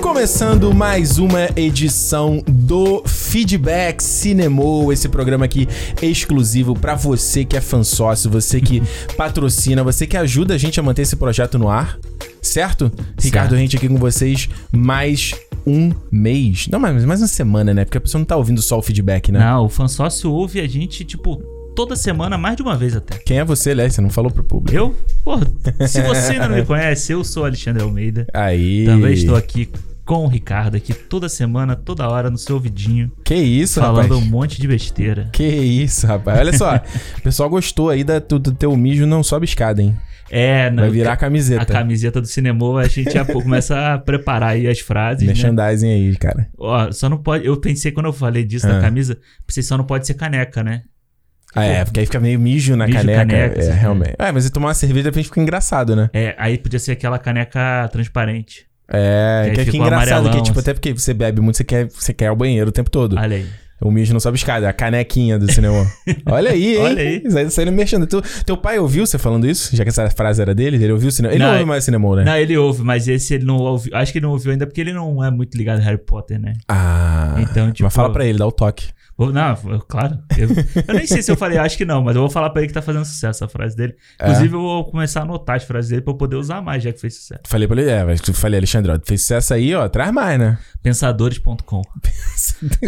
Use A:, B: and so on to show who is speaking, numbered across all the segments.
A: Começando mais uma edição do Feedback Cinemou, esse programa aqui exclusivo pra você que é fã sócio, você que patrocina, você que ajuda a gente a manter esse projeto no ar, certo? Ricardo Rente aqui com vocês mais um mês. Não, mas mais uma semana, né? Porque a pessoa não tá ouvindo só o feedback, né?
B: Não, o fansócio ouve a gente, tipo, toda semana, mais de uma vez até.
A: Quem é você, Léo? Você não falou pro público.
B: Eu, pô, se você ainda não me conhece, eu sou Alexandre Almeida.
A: Aí.
B: Também estou aqui com o Ricardo aqui toda semana, toda hora, no seu ouvidinho,
A: Que isso,
B: falando
A: rapaz?
B: um monte de besteira.
A: Que isso, rapaz. Olha só, o pessoal gostou aí da- do, do teu mijo não sobe escada, hein?
B: É, não,
A: Vai virar camiseta.
B: a camiseta do cinema, a gente já pô, começa a preparar aí as frases, né?
A: Merchandising aí, cara.
B: Ó, só não pode, eu pensei quando eu falei disso
A: Ah.
B: da camisa, pensei só não pode ser caneca, né?
A: Ah, é, porque aí fica meio mijo na
B: Mijo,
A: caneca. é,
B: caneca, assim,
A: realmente. É, mas se tomar uma cerveja, de repente fica engraçado, né?
B: É, aí podia ser aquela caneca transparente.
A: É,
B: aí
A: que aí
B: fica
A: fica
B: um
A: engraçado, que,
B: amarelão,
A: tipo,
B: assim. Ah.
A: até porque você bebe muito, você quer, você quer ir ao banheiro o tempo todo.
B: Olha aí.
A: O mijo não sobe escada, é a canequinha do cinema. Olha aí, hein?
B: Olha aí.
A: Isso aí saindo mexendo. Tu- teu pai ouviu você falando isso? Já que essa frase era dele, ele ouviu o cinema. Ele não,
B: Não,
A: ouve mais o cinema, né?
B: Não, ele ouve, mas esse ele não ouviu. Acho que ele não ouviu ainda porque ele não é muito ligado a Harry Potter, né?
A: Ah.
B: Então, tipo.
A: Mas fala pra ele, dá o toque.
B: Vou- Não, eu- claro. Eu, eu nem sei se eu falei, acho que não, mas eu vou falar pra ele que tá fazendo sucesso a frase dele.
A: É.
B: Inclusive, eu vou começar a anotar as frases dele pra eu poder usar mais, já que fez sucesso.
A: Falei pra ele, é, mas tu falei, Alexandre, ó, fez sucesso aí, ó, traz mais, né?
B: Pensadores.com.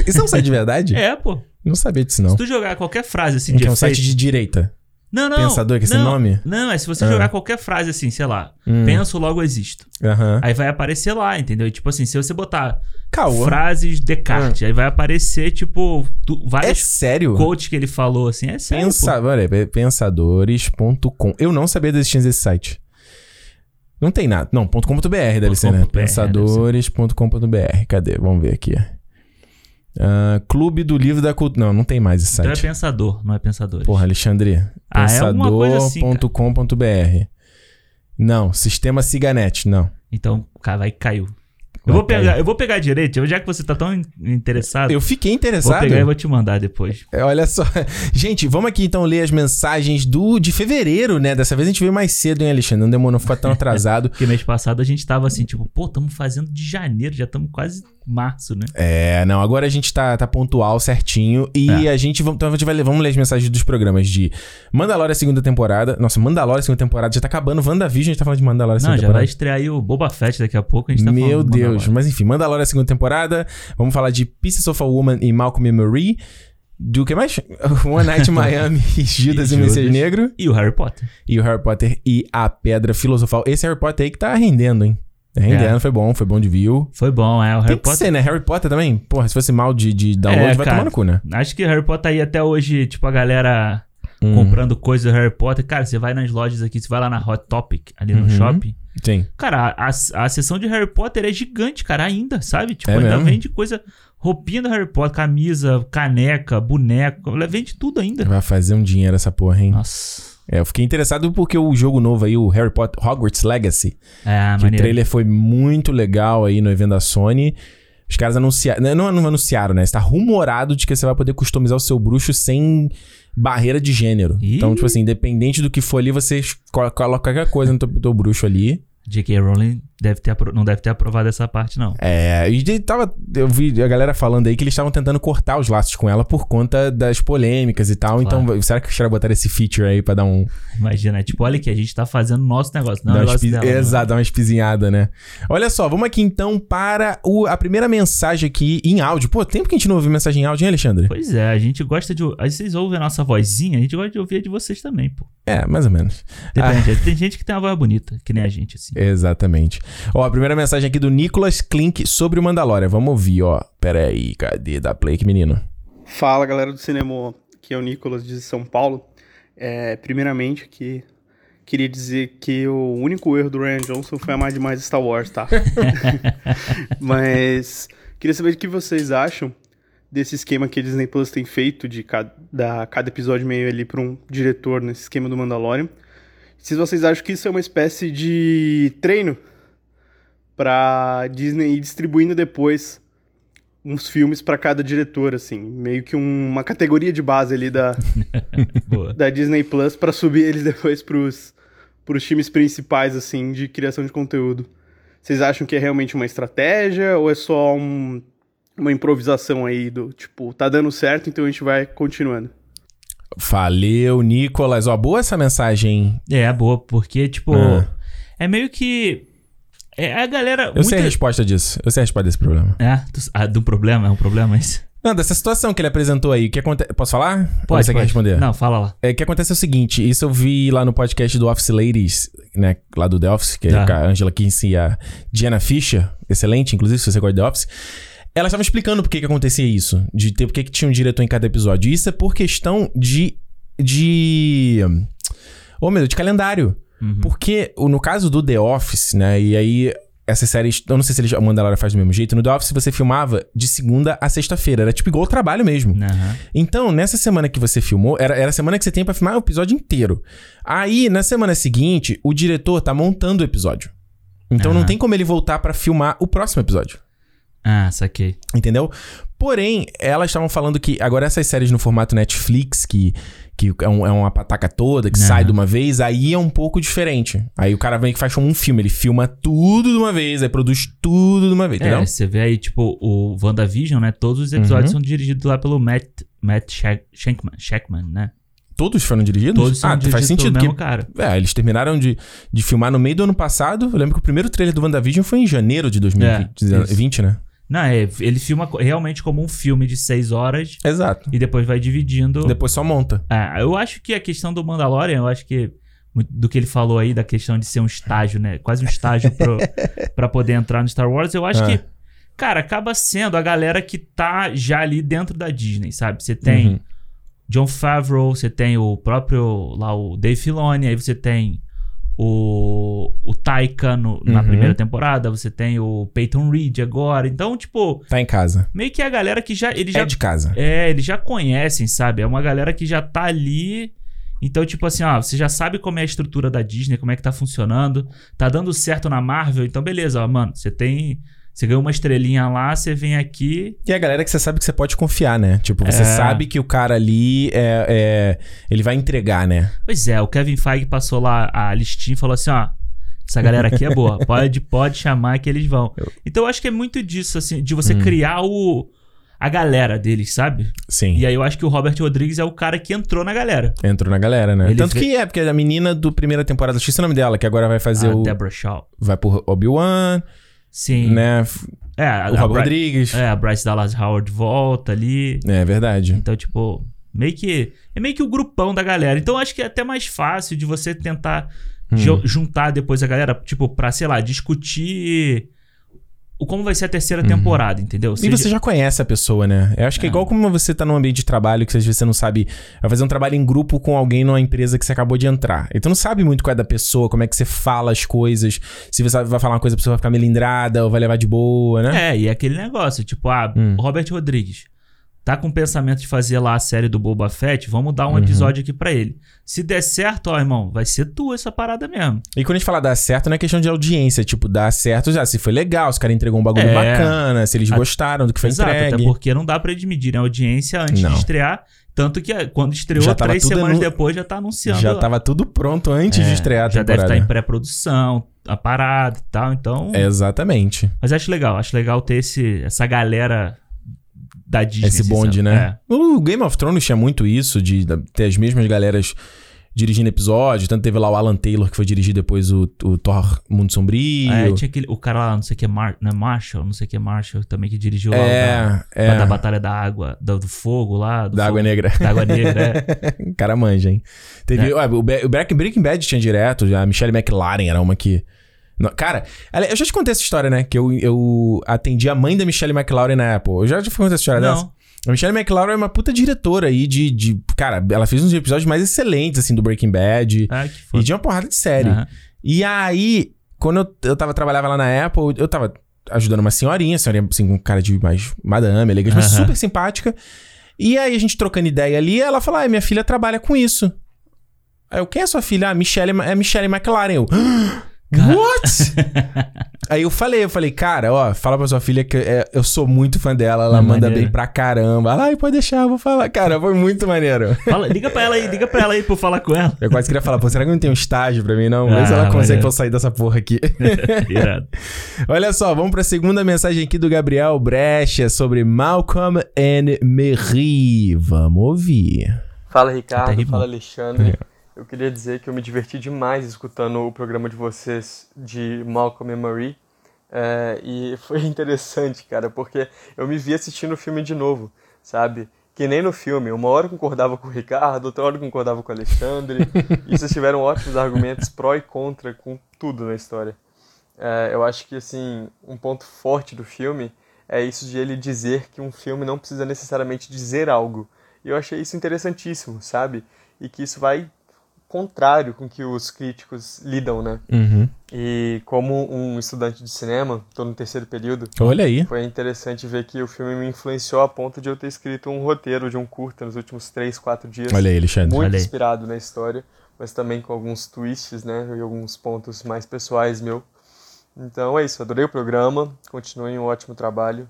A: Isso é um site de verdade?
B: É, pô.
A: Não sabia disso, não.
B: Se tu jogar qualquer frase assim de
A: Que é um
B: efeito-
A: site de direita.
B: Não, não.
A: Pensador, que é esse
B: não,
A: nome?
B: Não, é se você
A: Ah.
B: jogar qualquer frase assim, sei lá,
A: Hum. Ah.
B: penso, logo existo.
A: Aham.
B: Aí vai aparecer lá, entendeu? E, tipo assim, se você botar
A: Caô.
B: frases
A: Ah.
B: Descartes, aí vai aparecer, tipo, tu-
A: É
B: várias
A: sério?
B: coach que ele falou, assim, é sério. pô.
A: Pensa... Olha, é pensadores.com. Eu não sabia da existência desse site. Não tem nada. Não, .com.br deve ser, né?
B: .com.br,
A: Pensadores.com.br. Cadê? Vamos ver aqui. Ah, Clube do Livro da Cultura. Não, não tem mais esse
B: Então é
A: site.
B: pensador, não é pensadores.
A: Porra, Alexandre.
B: Ah, é alguma coisa assim, cara.
A: Pensador.com.br. Não, Sistema Ciganet, não.
B: Então, cara, vai que caiu.
A: Vai
B: eu vou
A: cair.
B: pegar, eu vou pegar direito, eu- já que você tá tão in- interessado.
A: Eu fiquei
B: Ah, vou
A: interessado.
B: pegar e vou te mandar depois.
A: É, Olha só. Gente, vamos aqui então ler as mensagens do de fevereiro, né? Dessa vez a gente veio mais cedo, hein, Alexandre? Não demorou, não ficou tão atrasado.
B: Porque mês passado a gente tava assim, tipo, pô, estamos fazendo de janeiro, já estamos quase março, né?
A: É, não, agora a gente tá, tá pontual certinho e
B: É.
A: a gente, vamos, então a gente vai ler, vamos ler as mensagens dos programas de Mandalorian segunda temporada. Nossa, Mandalorian segunda temporada já tá acabando. WandaVision, a gente tá falando de Mandalorian
B: Não,
A: segunda
B: já vai
A: temporada.
B: estrear aí o Boba Fett daqui a pouco, a gente tá falando.
A: Meu
B: do
A: Deus,
B: Mandalorian.
A: mas enfim, Mandalorian segunda temporada. Vamos falar de Pieces of a Woman e Malcolm e Marie. Do que mais? One Night in Miami e Judas e o
B: Judas.
A: Messias Negro.
B: E o Harry Potter.
A: e o Harry Potter e a Pedra Filosofal. Esse Harry Potter aí que tá rendendo, hein? Tá rendendo, foi bom, foi bom de view.
B: Foi bom, é, o
A: Tem
B: É. Harry
A: que
B: Potter.
A: ser, né? Harry Potter também? Porra, se fosse mal de, de download,
B: É,
A: vai
B: cara.
A: tomar no cu, né?
B: Acho que Harry Potter tá aí até hoje, tipo, a galera
A: Hum,
B: comprando coisa do Harry Potter. Cara, você vai nas lojas aqui, você vai lá na Hot Topic, ali no
A: Uhum.
B: shopping.
A: Sim.
B: Cara, a, a, a sessão de Harry Potter é gigante, cara, ainda, sabe? Tipo,
A: É
B: ainda
A: mesmo?
B: vende coisa, roupinha do Harry Potter, camisa, caneca, boneco, ela vende tudo ainda.
A: Vai fazer um dinheiro essa porra,
B: Ah.
A: hein?
B: Nossa.
A: É, eu fiquei interessado porque o jogo novo aí, o Harry Potter Hogwarts Legacy,
B: É,
A: que o
B: maneiro.
A: trailer foi muito legal aí no evento da Sony. Os caras anunciaram. Não, não anunciaram, né? Está rumorado de que você vai poder customizar o seu bruxo sem barreira de gênero.
B: Ih.
A: Então, tipo assim, independente do que for ali, você esco- coloca qualquer coisa no teu, teu bruxo ali.
B: J.K. Rowling deve ter apro- não deve ter aprovado essa parte, não.
A: É, e de- tava, eu vi a galera falando aí que eles estavam tentando cortar os laços com ela por conta das polêmicas e tal. Então, vai- será que os caras botaram esse feature aí pra dar um.
B: Imagina, é tipo, olha aqui, a gente tá fazendo nosso negócio, não é
A: dar
B: o
A: uma
B: negócio
A: espi-
B: dela. não.
A: Exato, dar uma espizinhada, né? Olha só, vamos aqui então para o- a primeira mensagem aqui em áudio. Pô, tempo que a gente não ouve mensagem em áudio, hein, Alexandre?
B: Pois é, a gente gosta de... Aí vocês ouvem a nossa vozinha, a gente gosta de ouvir a de vocês também, pô.
A: É, mais ou menos.
B: Depende,
A: Ah.
B: tem gente que tem uma voz bonita, que nem a gente, assim.
A: Exatamente. Ó, a primeira mensagem aqui do Nicolas Klink sobre o Mandalorian. Vamos ouvir, ó. Pera aí, cadê? Da Play, que menino.
C: Fala galera do cinema, aqui é o Nicolas de São Paulo. É, primeiramente aqui queria dizer que o único erro do Ryan Johnson foi amar demais Star Wars, tá? Mas queria saber o que vocês acham desse esquema que a Disney Plus tem feito de cada, da, cada episódio meio ali para um diretor nesse esquema do Mandalorian. Se vocês acham que isso é uma espécie de treino para Disney ir distribuindo depois uns filmes pra cada diretor, assim, meio que um- uma categoria de base ali da,
B: Boa.
C: da Disney Plus pra subir eles depois pros, pros times principais, assim, de criação de conteúdo. Vocês acham que é realmente uma estratégia ou é só um- uma improvisação aí do tipo, tá dando certo, então a gente vai continuando?
A: Valeu, Nicolas. Ó, boa essa mensagem. hein?
B: É, é boa, porque, tipo,
A: Ah.
B: é meio que. É, a galera.
A: Eu sei a resposta disso. Eu sei a resposta desse problema.
B: É, do, ah, do problema, é um problema isso?
A: Não, dessa situação que ele apresentou aí, o que acontece. Posso falar? Ou
B: Pode,
A: você
B: pode.
A: quer responder?
B: Não, fala lá.
A: É, o que acontece é o seguinte, isso eu vi lá no podcast do Office Ladies, né? Lá do The Office, que é
B: Tá.
A: com a Angela Kinsey e a Diana Fisher, excelente, inclusive, se você gosta de The Office. Elas estavam explicando por que, que acontecia isso, de ter por que, que tinha um diretor em cada episódio. Isso é por questão de. de. Ô, meu, Deus, de calendário.
B: Uhum.
A: Porque o- no caso do The Office, né? E aí, essas séries. Eu não sei se eles, a Mandalora faz do mesmo jeito. No The Office você filmava de segunda a sexta-feira. Era tipo igual o trabalho mesmo.
B: Aham.
A: Então, nessa semana que você filmou, era, era a semana que você tem pra filmar o episódio inteiro. Aí, na semana seguinte, o diretor tá montando o episódio. Então não
B: Aham.
A: tem como ele voltar pra filmar o próximo episódio.
B: Ah, saquei.
A: Entendeu? Porém, elas estavam falando que agora essas séries no formato Netflix, que, que é, um- é uma pataca toda, que
B: Aham.
A: sai de uma vez, aí é um pouco diferente. Aí o cara vem que faz como um filme, ele filma tudo de uma vez, aí produz tudo de uma vez, entendeu? Uhum.
B: É, você vê aí, tipo, o WandaVision, né? Todos os episódios são dirigidos lá pelo Matt, Matt Sha- Shankman, Shankman, né?
A: Todos foram dirigidos?
B: Todos são
A: ah,
B: dirigidos
A: faz sentido,
B: pelo
A: porque
B: mesmo cara.
A: É, eles terminaram de, de filmar no meio do ano passado. Eu lembro que o primeiro trailer do WandaVision foi em janeiro de 2020, né?
B: Não, é, ele filma co- realmente como um filme de seis horas
A: Exato.
B: e depois vai dividindo.
A: Depois só monta.
B: É, eu acho que a questão do Mandalorian, eu acho que mu- do que ele falou aí, da questão de ser um estágio, né? Quase um estágio pro, pra poder entrar no Star Wars, eu acho
A: Ah.
B: que, cara, acaba sendo a galera que tá já ali dentro da Disney, sabe? Você tem
A: Uhum.
B: John Favreau, você tem o próprio lá, o Dave Filoni, aí você tem o, o Taika no- na
A: Uhum.
B: primeira temporada, você tem o Peyton Reed agora. Então, tipo,
A: Tá em casa.
B: meio que é a galera que já. Ele já
A: É de casa.
B: é, eles já conhecem, sabe? É uma galera que já tá ali. Então, tipo assim, ó, você já sabe como é a estrutura da Disney, como é que tá funcionando. Tá dando certo na Marvel, então beleza, ó, mano, você tem. Você ganhou uma estrelinha lá, você vem aqui.
A: E a galera que você sabe que você pode confiar, né? Tipo, você
B: É.
A: sabe que o cara ali é, é- Ele vai entregar, né?
B: Pois é, o Kevin Feige passou lá a listinha e falou assim, ó. Essa galera aqui é boa, pode, pode chamar que eles vão. Então eu acho que é muito disso, assim, de você
A: Hum.
B: criar o. a galera deles, sabe?
A: Sim.
B: E aí eu acho que o Robert Rodrigues é o cara que entrou na galera.
A: Entrou na galera, né?
B: Ele
A: Tanto
B: vê-
A: que é, porque a menina do primeira temporada, esqueci o nome dela, que agora vai fazer
B: a
A: o.
B: Deborah Shaw.
A: Vai pro Obi-Wan,
B: Ah, tá. Sim.
A: né? F-
B: É, a,
A: O
B: a
A: Rob
B: Bri-
A: Rodrigues.
B: É, a Bryce Dallas Howard volta ali.
A: É verdade.
B: Então, tipo, meio que. É meio que o grupão da galera. Então, acho que é até mais fácil de você tentar
A: Hum.
B: ju- juntar depois a galera, tipo, pra, sei lá, discutir o como vai ser a terceira temporada, entendeu?
A: Uhum. E você já conhece a pessoa, né? Eu acho que é
B: É.
A: igual como você tá num ambiente de trabalho que às vezes você não sabe. Vai fazer um trabalho em grupo com alguém numa empresa que você acabou de entrar. Então não sabe muito qual é da pessoa, como é que você fala as coisas. Se você vai falar uma coisa, a pessoa vai ficar melindrada ou vai levar de boa, né?
B: É, e é aquele negócio, tipo, ah,
A: Hum.
B: o Robert Rodrigues. Tá com o pensamento de fazer lá a série do Boba Fett? Vamos
A: Uhum.
B: dar um episódio aqui pra ele. Se der certo, ó, irmão, vai ser tua essa parada mesmo.
A: E quando a gente fala dar certo, não é questão de audiência. Tipo, dar certo já. Se foi legal, se o cara entregou um bagulho
B: É.
A: bacana, se eles
B: A-
A: gostaram do que foi
B: Exato, até
A: entregue.
B: porque não dá pra eles medirem a audiência antes
A: Não.
B: de estrear. Tanto que ah, quando estreou,
A: Já tava
B: três
A: tudo
B: semanas
A: anu-
B: depois já tá anunciando.
A: Já
B: lá.
A: tava tudo pronto antes
B: É,
A: de estrear a
B: Já deve
A: temporada. É.
B: estar em pré-produção, a parada e tal. Então.
A: Exatamente.
B: Mas acho legal, acho legal ter esse, essa galera da Disney.
A: Esse
B: assim,
A: bonde,
B: sabe?
A: né? O Game of Thrones tinha muito isso, de da- ter as mesmas galeras dirigindo episódio. Tanto teve lá o Alan Taylor, que foi dirigir depois o, o Thor Mundo Sombrio.
B: É, tinha aquele, o cara lá, não sei o que, Mar, não é Marshall, não sei o que, Marshall, também que dirigiu lá o da-
A: É, é,
B: da, da Batalha da Água, do, do Fogo lá. Do
A: da Água
B: fogo,
A: Negra.
B: da Água Negra, é.
A: O cara manja, hein? Teve,
B: É.
A: ué, o, Be- o Breaking Breaking Bad tinha direto, a Michelle McLaren era uma que... Não, Cara, ali- eu já te contei essa história, né? Que eu, eu atendi a mãe da Michelle McLaren na Apple. Eu já te contei essa história dessa?
B: Não,
A: A Michelle McLaren é uma puta diretora aí de, de... Cara, ela fez uns episódios mais excelentes, assim, do Breaking Bad.
B: ah, que
A: E
B: foda.
A: de uma porrada de série.
B: Aham.
A: E aí, quando eu, eu tava, trabalhava lá na Apple, eu tava ajudando uma senhorinha, senhorinha assim, com cara de mais madame, elegante, mas
B: Aham.
A: super simpática. E aí a gente trocando ideia ali, ela falou: ah, minha filha trabalha com isso. Aí eu, quem é sua filha? Ah, Michelle, é Michelle McLaren. Eu, What? Aí eu falei, eu falei, cara, ó, fala pra sua filha que é, eu sou muito fã dela, ela
B: Não,
A: manda
B: maneiro.
A: bem pra caramba. Ela, ai, pode deixar, eu vou falar. Cara, foi muito maneiro.
B: Fala- liga pra ela aí, liga pra ela aí pra eu falar com ela.
A: Eu quase queria falar, pô, será que não tem um estágio pra mim, não? Vê se
B: Ah,
A: ela consegue
B: maneiro.
A: pra eu sair dessa porra aqui.
B: Irado.
A: Olha só, vamos pra segunda mensagem aqui do Gabriel Brecha sobre Malcolm and Mary. Vamos ouvir.
D: Fala
B: Até
D: Ricardo,
B: rimou. É.
D: fala Alexandre. Eu queria dizer que eu me diverti demais escutando o programa de vocês de Malcolm e Marie. É, e foi interessante, cara, porque eu me vi assistindo o filme de novo, sabe? Que nem no filme. Uma hora eu concordava com o Ricardo, outra hora eu concordava com o Alexandre. e vocês tiveram ótimos argumentos pró e contra com tudo na história. É, eu acho que, assim, um ponto forte do filme é isso de ele dizer que um filme não precisa necessariamente dizer algo. E eu achei isso interessantíssimo, sabe? E que isso vai contrário com que os críticos lidam, né?
A: Uhum.
D: E como um estudante de cinema, tô no terceiro período,
A: Olha aí.
D: foi interessante ver que o filme me influenciou a ponto de eu ter escrito um roteiro de um curta nos últimos três, quatro dias.
A: Olha aí, Alexandre.
D: Muito
B: Olha aí.
D: inspirado na história, mas também com alguns twists, né? E alguns pontos mais pessoais meu. Então é isso, adorei o programa, continuem um ótimo trabalho.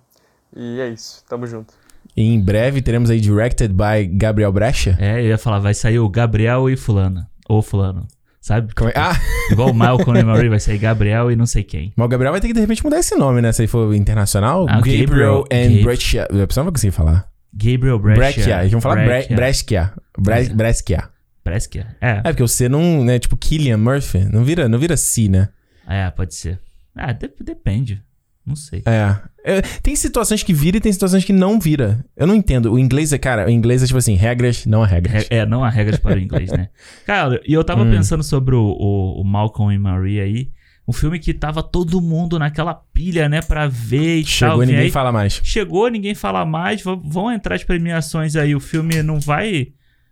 D: E é isso, tamo junto.
A: E em breve teremos aí Directed by Gabriel Brecha.
B: É, eu ia falar, vai sair o Gabriel e Fulana. Ou Fulano. Sabe?
A: Como é? Ah,
B: Igual o Malcolm e Marie, vai sair Gabriel e não sei quem.
A: mas o Gabriel vai ter que de repente mudar esse nome, né? Se ele for internacional.
B: Ah, o
A: Gabriel,
B: Gabriel.
A: and
B: Gabriel.
A: Brecha. A pessoa não vai conseguir falar.
B: Gabriel
A: Brecha.
B: Breccia.
A: Eles vão falar Bre-
B: Breccia.
A: Brescia. Bre-
B: É.
A: Brescia.
B: Brescia. É,
A: É, porque o C não, né? Tipo Killian Murphy. Não vira, não vira C, né?
B: é, pode ser. Ah, de- depende. Não sei.
A: É. É, Tem situações que vira e tem situações que não vira. Eu não entendo. O inglês é, cara, o inglês é tipo assim, regras, não há regras.
B: Re- É, não há regras para o inglês, né? Cara, e eu tava
A: Hum.
B: pensando sobre o, o- o Malcolm e Marie aí. Um filme que tava todo mundo naquela pilha, né? Pra ver e tal.
A: Chegou e
B: vem
A: ninguém
B: aí-
A: fala mais.
B: Chegou, ninguém fala mais. v- Vão entrar as premiações aí. O filme não vai.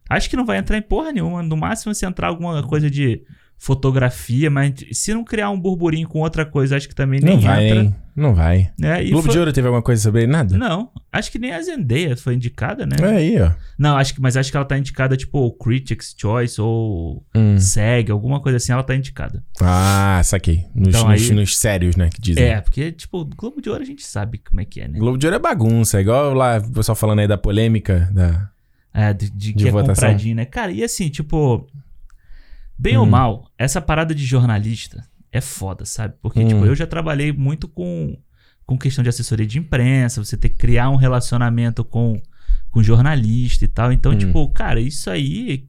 B: Acho que não vai entrar em porra nenhuma. No máximo, se entrar alguma coisa de fotografia, mas se não criar um burburinho com outra coisa, acho que também
A: Não
B: nem
A: vai,
B: entra.
A: hein? Não vai.
B: Né? E
A: Globo
B: foi-
A: de Ouro teve alguma coisa sobre ele? Nada?
B: Não, acho que nem a Zendaya foi indicada, né?
A: É aí, ó.
B: Não, acho que, mas acho que ela tá indicada, tipo, o Critics' Choice ou SEG, alguma coisa assim, ela tá indicada.
A: Hum. Ah, saquei. Nos,
B: Então
A: nos-
B: aí-
A: nos sérios, né? Que dizem.
B: É, porque, tipo, Globo de Ouro a gente sabe como é que é, né?
A: Globo de Ouro é bagunça, é igual lá o pessoal falando aí da polêmica. Da...
B: É, de, de que é
A: votação.
B: compradinho, né? Cara, e assim, tipo, bem ou
A: Uhum.
B: mal, essa parada de jornalista é foda, sabe? Porque,
A: Uhum.
B: tipo, eu já trabalhei muito com, com questão de assessoria de imprensa, você ter que criar um relacionamento com, com jornalista e tal. Então,
A: Uhum.
B: tipo, cara, isso aí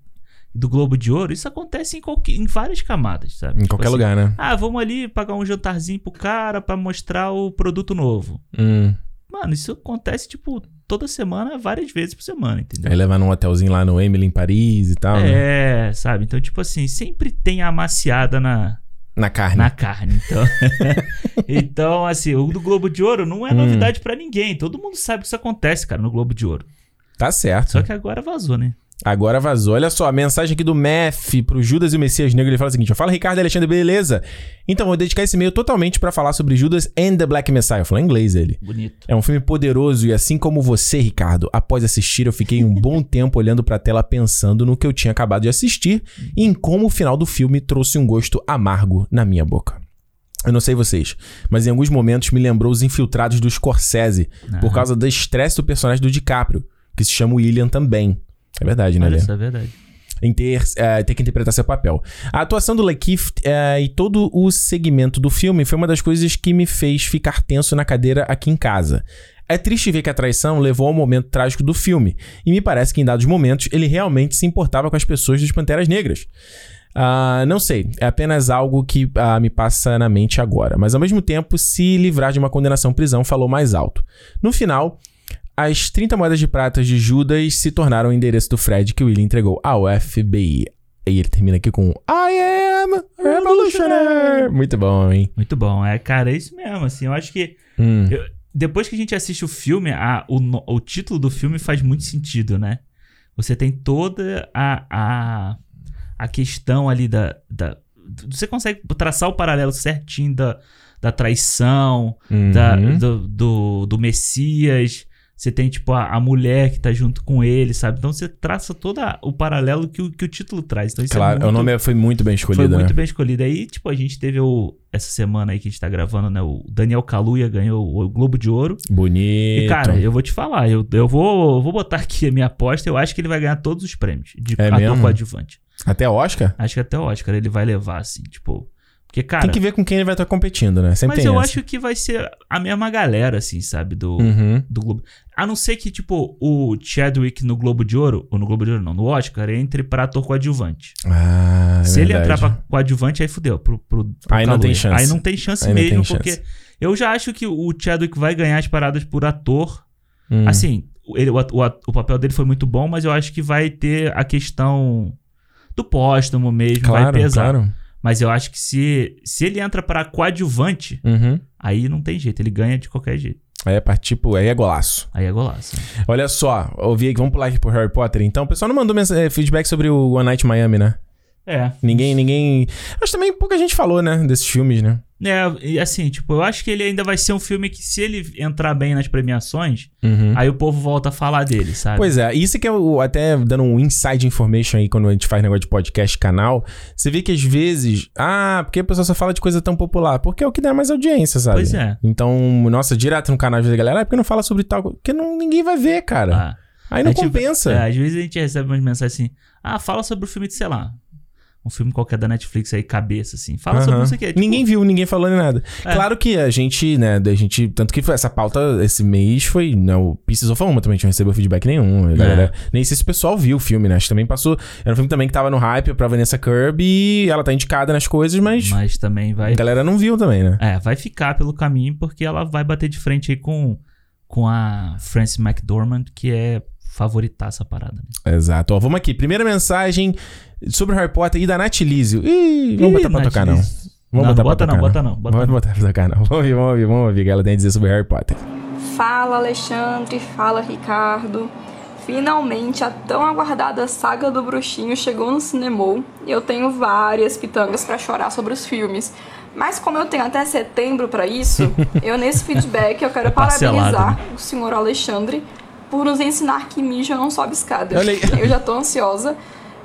B: do Globo de Ouro, isso acontece em, qualquer, em várias camadas, sabe?
A: Em
B: Tipo
A: qualquer
B: assim,
A: lugar, né?
B: Ah, vamos ali pagar um jantarzinho pro cara pra mostrar o produto novo.
A: Hum.
B: Mano, isso acontece, tipo, toda semana, várias vezes por semana, entendeu?
A: Aí levar num hotelzinho lá no Emily em Paris e tal. né?
B: É, sabe? Então, tipo assim, sempre tem a amaciada na,
A: Na carne.
B: na carne. Então, então, assim, o do Globo de Ouro não é
A: Hum.
B: novidade pra ninguém. Todo mundo sabe que isso acontece, cara, no Globo de Ouro.
A: Tá certo.
B: Só que agora vazou, né?
A: Agora vazou. Olha só, a mensagem aqui do MEF pro Judas e o Messias Negro. Ele fala o seguinte: ó, Fala Ricardo e Alexandre, beleza? Então, vou dedicar esse e-mail totalmente pra falar sobre Judas and the Black Messiah. Falou em inglês ele.
B: Bonito.
A: É um filme poderoso e assim como você, Ricardo, após assistir, eu fiquei um bom tempo olhando pra tela pensando no que eu tinha acabado de assistir e em como o final do filme trouxe um gosto amargo na minha boca. Eu não sei vocês, mas em alguns momentos me lembrou os infiltrados do Scorsese, por
B: Ah,
A: causa do estresse do personagem do DiCaprio, que se chama William também. É verdade, né,
B: Olha
A: Lê?
B: isso, é verdade.
A: em ter, eh, ter que interpretar seu papel. A atuação do Lakeith eh, e todo o segmento do filme foi uma das coisas que me fez ficar tenso na cadeira aqui em casa. É triste ver que a traição levou ao momento trágico do filme, e me parece que em dados momentos ele realmente se importava com as pessoas dos Panteras Negras. Ah, não sei, é apenas algo que ah, me passa na mente agora. Mas ao mesmo tempo, se livrar de uma condenação à prisão falou mais alto. No final, as 30 moedas de prata de Judas se tornaram o endereço do Fred que o Willie entregou ao FBI. E ele termina aqui com I am revolutionary. Muito bom, hein?
B: Muito bom. É, cara, é isso mesmo, assim. Eu acho que
A: Hum.
B: depois que a gente assiste o filme, a- o, no- o título do filme faz muito sentido, né? Você tem toda a, a, a questão ali da, da- Você consegue traçar o paralelo certinho da, da traição,
A: Uhum.
B: da- do, do, do Messias, Você tem, tipo, a, a mulher que tá junto com ele, sabe? Então você traça todo a- o paralelo que o, que o título traz. Então, isso é
A: Claro,
B: muito-
A: o nome foi muito bem escolhido,
B: foi muito
A: né?
B: bem escolhido. Aí, tipo, a gente teve o, essa semana aí que a gente tá gravando, né? O Daniel Kaluuya ganhou o Globo de Ouro.
A: Bonito.
B: E, cara,
A: então.
B: eu vou te falar, eu, eu vou, vou botar aqui a minha aposta. Eu acho que ele vai ganhar todos os prêmios de
A: É
B: ator
A: mesmo?
B: coadjuvante.
A: Até Oscar?
B: Acho que até o Oscar ele vai levar, assim, tipo. Porque, cara.
A: Tem que ver com quem ele vai estar competindo, né? Sempre
B: mas
A: tem
B: eu
A: essa.
B: acho que vai ser a mesma galera, assim, sabe? Do,
A: Uhum.
B: do Globo. A não ser que, tipo, o Chadwick no Globo de Ouro, ou no Globo de Ouro não, no Oscar, entre pra ator coadjuvante.
A: Ah, é
B: Se ele
A: verdade.
B: entrar pra coadjuvante, aí fudeu. Pro, pro, pro
A: Aí não
B: Kaluuya.
A: tem chance.
B: Aí não tem chance
A: Aí não
B: mesmo,
A: tem chance.
B: porque eu já acho que o Chadwick vai ganhar as paradas por ator.
A: Hum.
B: Assim, o- ele, o, at- o at- o papel dele foi muito bom, mas eu acho que vai ter a questão do póstumo mesmo,
A: claro,
B: vai pesar.
A: claro.
B: Mas eu acho que se, se ele entra pra coadjuvante,
A: Uhum.
B: aí não tem jeito, ele ganha de qualquer jeito.
A: Aí é pra, tipo, aí é golaço.
B: Aí é golaço.
A: Olha só, ouvi aqui, vamos pular aqui pro Harry Potter. Então, o pessoal não mandou mensa- eh, feedback sobre o One Night Miami, né?
B: É.
A: Ninguém, ninguém. Acho também pouca gente falou, né? Desses filmes, né?
B: É, e assim, tipo, eu acho que ele ainda vai ser um filme que se ele entrar bem nas premiações,
A: Uhum.
B: aí o povo volta a falar dele, sabe?
A: Pois é, isso que eu até dando um inside information aí quando a gente faz negócio de podcast canal, você vê que às vezes, ah, porque a pessoa só fala de coisa tão popular? Porque é o que dá mais audiência, sabe?
B: Pois é.
A: Então, nossa, direto no canal às vezes a galera, ah, porque não fala sobre tal, co-" porque não, ninguém vai ver, cara.
B: Ah,
A: aí não
B: é tipo-
A: compensa.
B: é, às vezes a gente recebe umas mensagens assim, ah, fala sobre o filme de, sei lá, um filme qualquer da Netflix aí, cabeça, assim. Fala sobre
A: Aham.
B: isso aqui. É, tipo,
A: Ninguém viu, ninguém falou nem nada.
B: É.
A: Claro que a gente, né, a gente. Tanto que foi essa pauta esse mês foi. Né, o Pieces of a Woman também a gente não recebeu feedback nenhum. a galera- nem sei se o pessoal viu o filme, né? Acho que também passou. Era um filme também que tava no hype pra Vanessa Kirby e ela tá indicada nas coisas, mas,
B: Mas também vai...
A: a galera não viu também, né?
B: É, vai ficar pelo caminho porque ela vai bater de frente aí com, com a Frances McDormand, que é favoritar essa parada. Né?
A: Exato. Ó, vamos aqui. Primeira mensagem sobre Harry Potter e da Nath Lísio. Ih, vamos botar pra
B: Nath
A: tocar, não.
B: Liz. Não,
A: Vamos botar pra
B: não, bota
A: tocar, né?
B: não, bota não, bota
A: Vamos
B: não.
A: botar pra tocar, não. Vamos ouvir, vamos ouvir, vamos ouvir o que ela tem a dizer sobre Harry Potter.
E: Fala Alexandre, fala Ricardo. Finalmente a tão aguardada saga do bruxinho chegou no cinemol e eu tenho várias pitangas pra chorar sobre os filmes. Mas como eu tenho até setembro pra isso, eu nesse feedback eu quero
A: Tá
B: parcelado,
E: parabenizar
A: né?
E: o senhor Alexandre por nos ensinar que mijo não sobe escada.
A: Olha aí.
E: Eu já tô ansiosa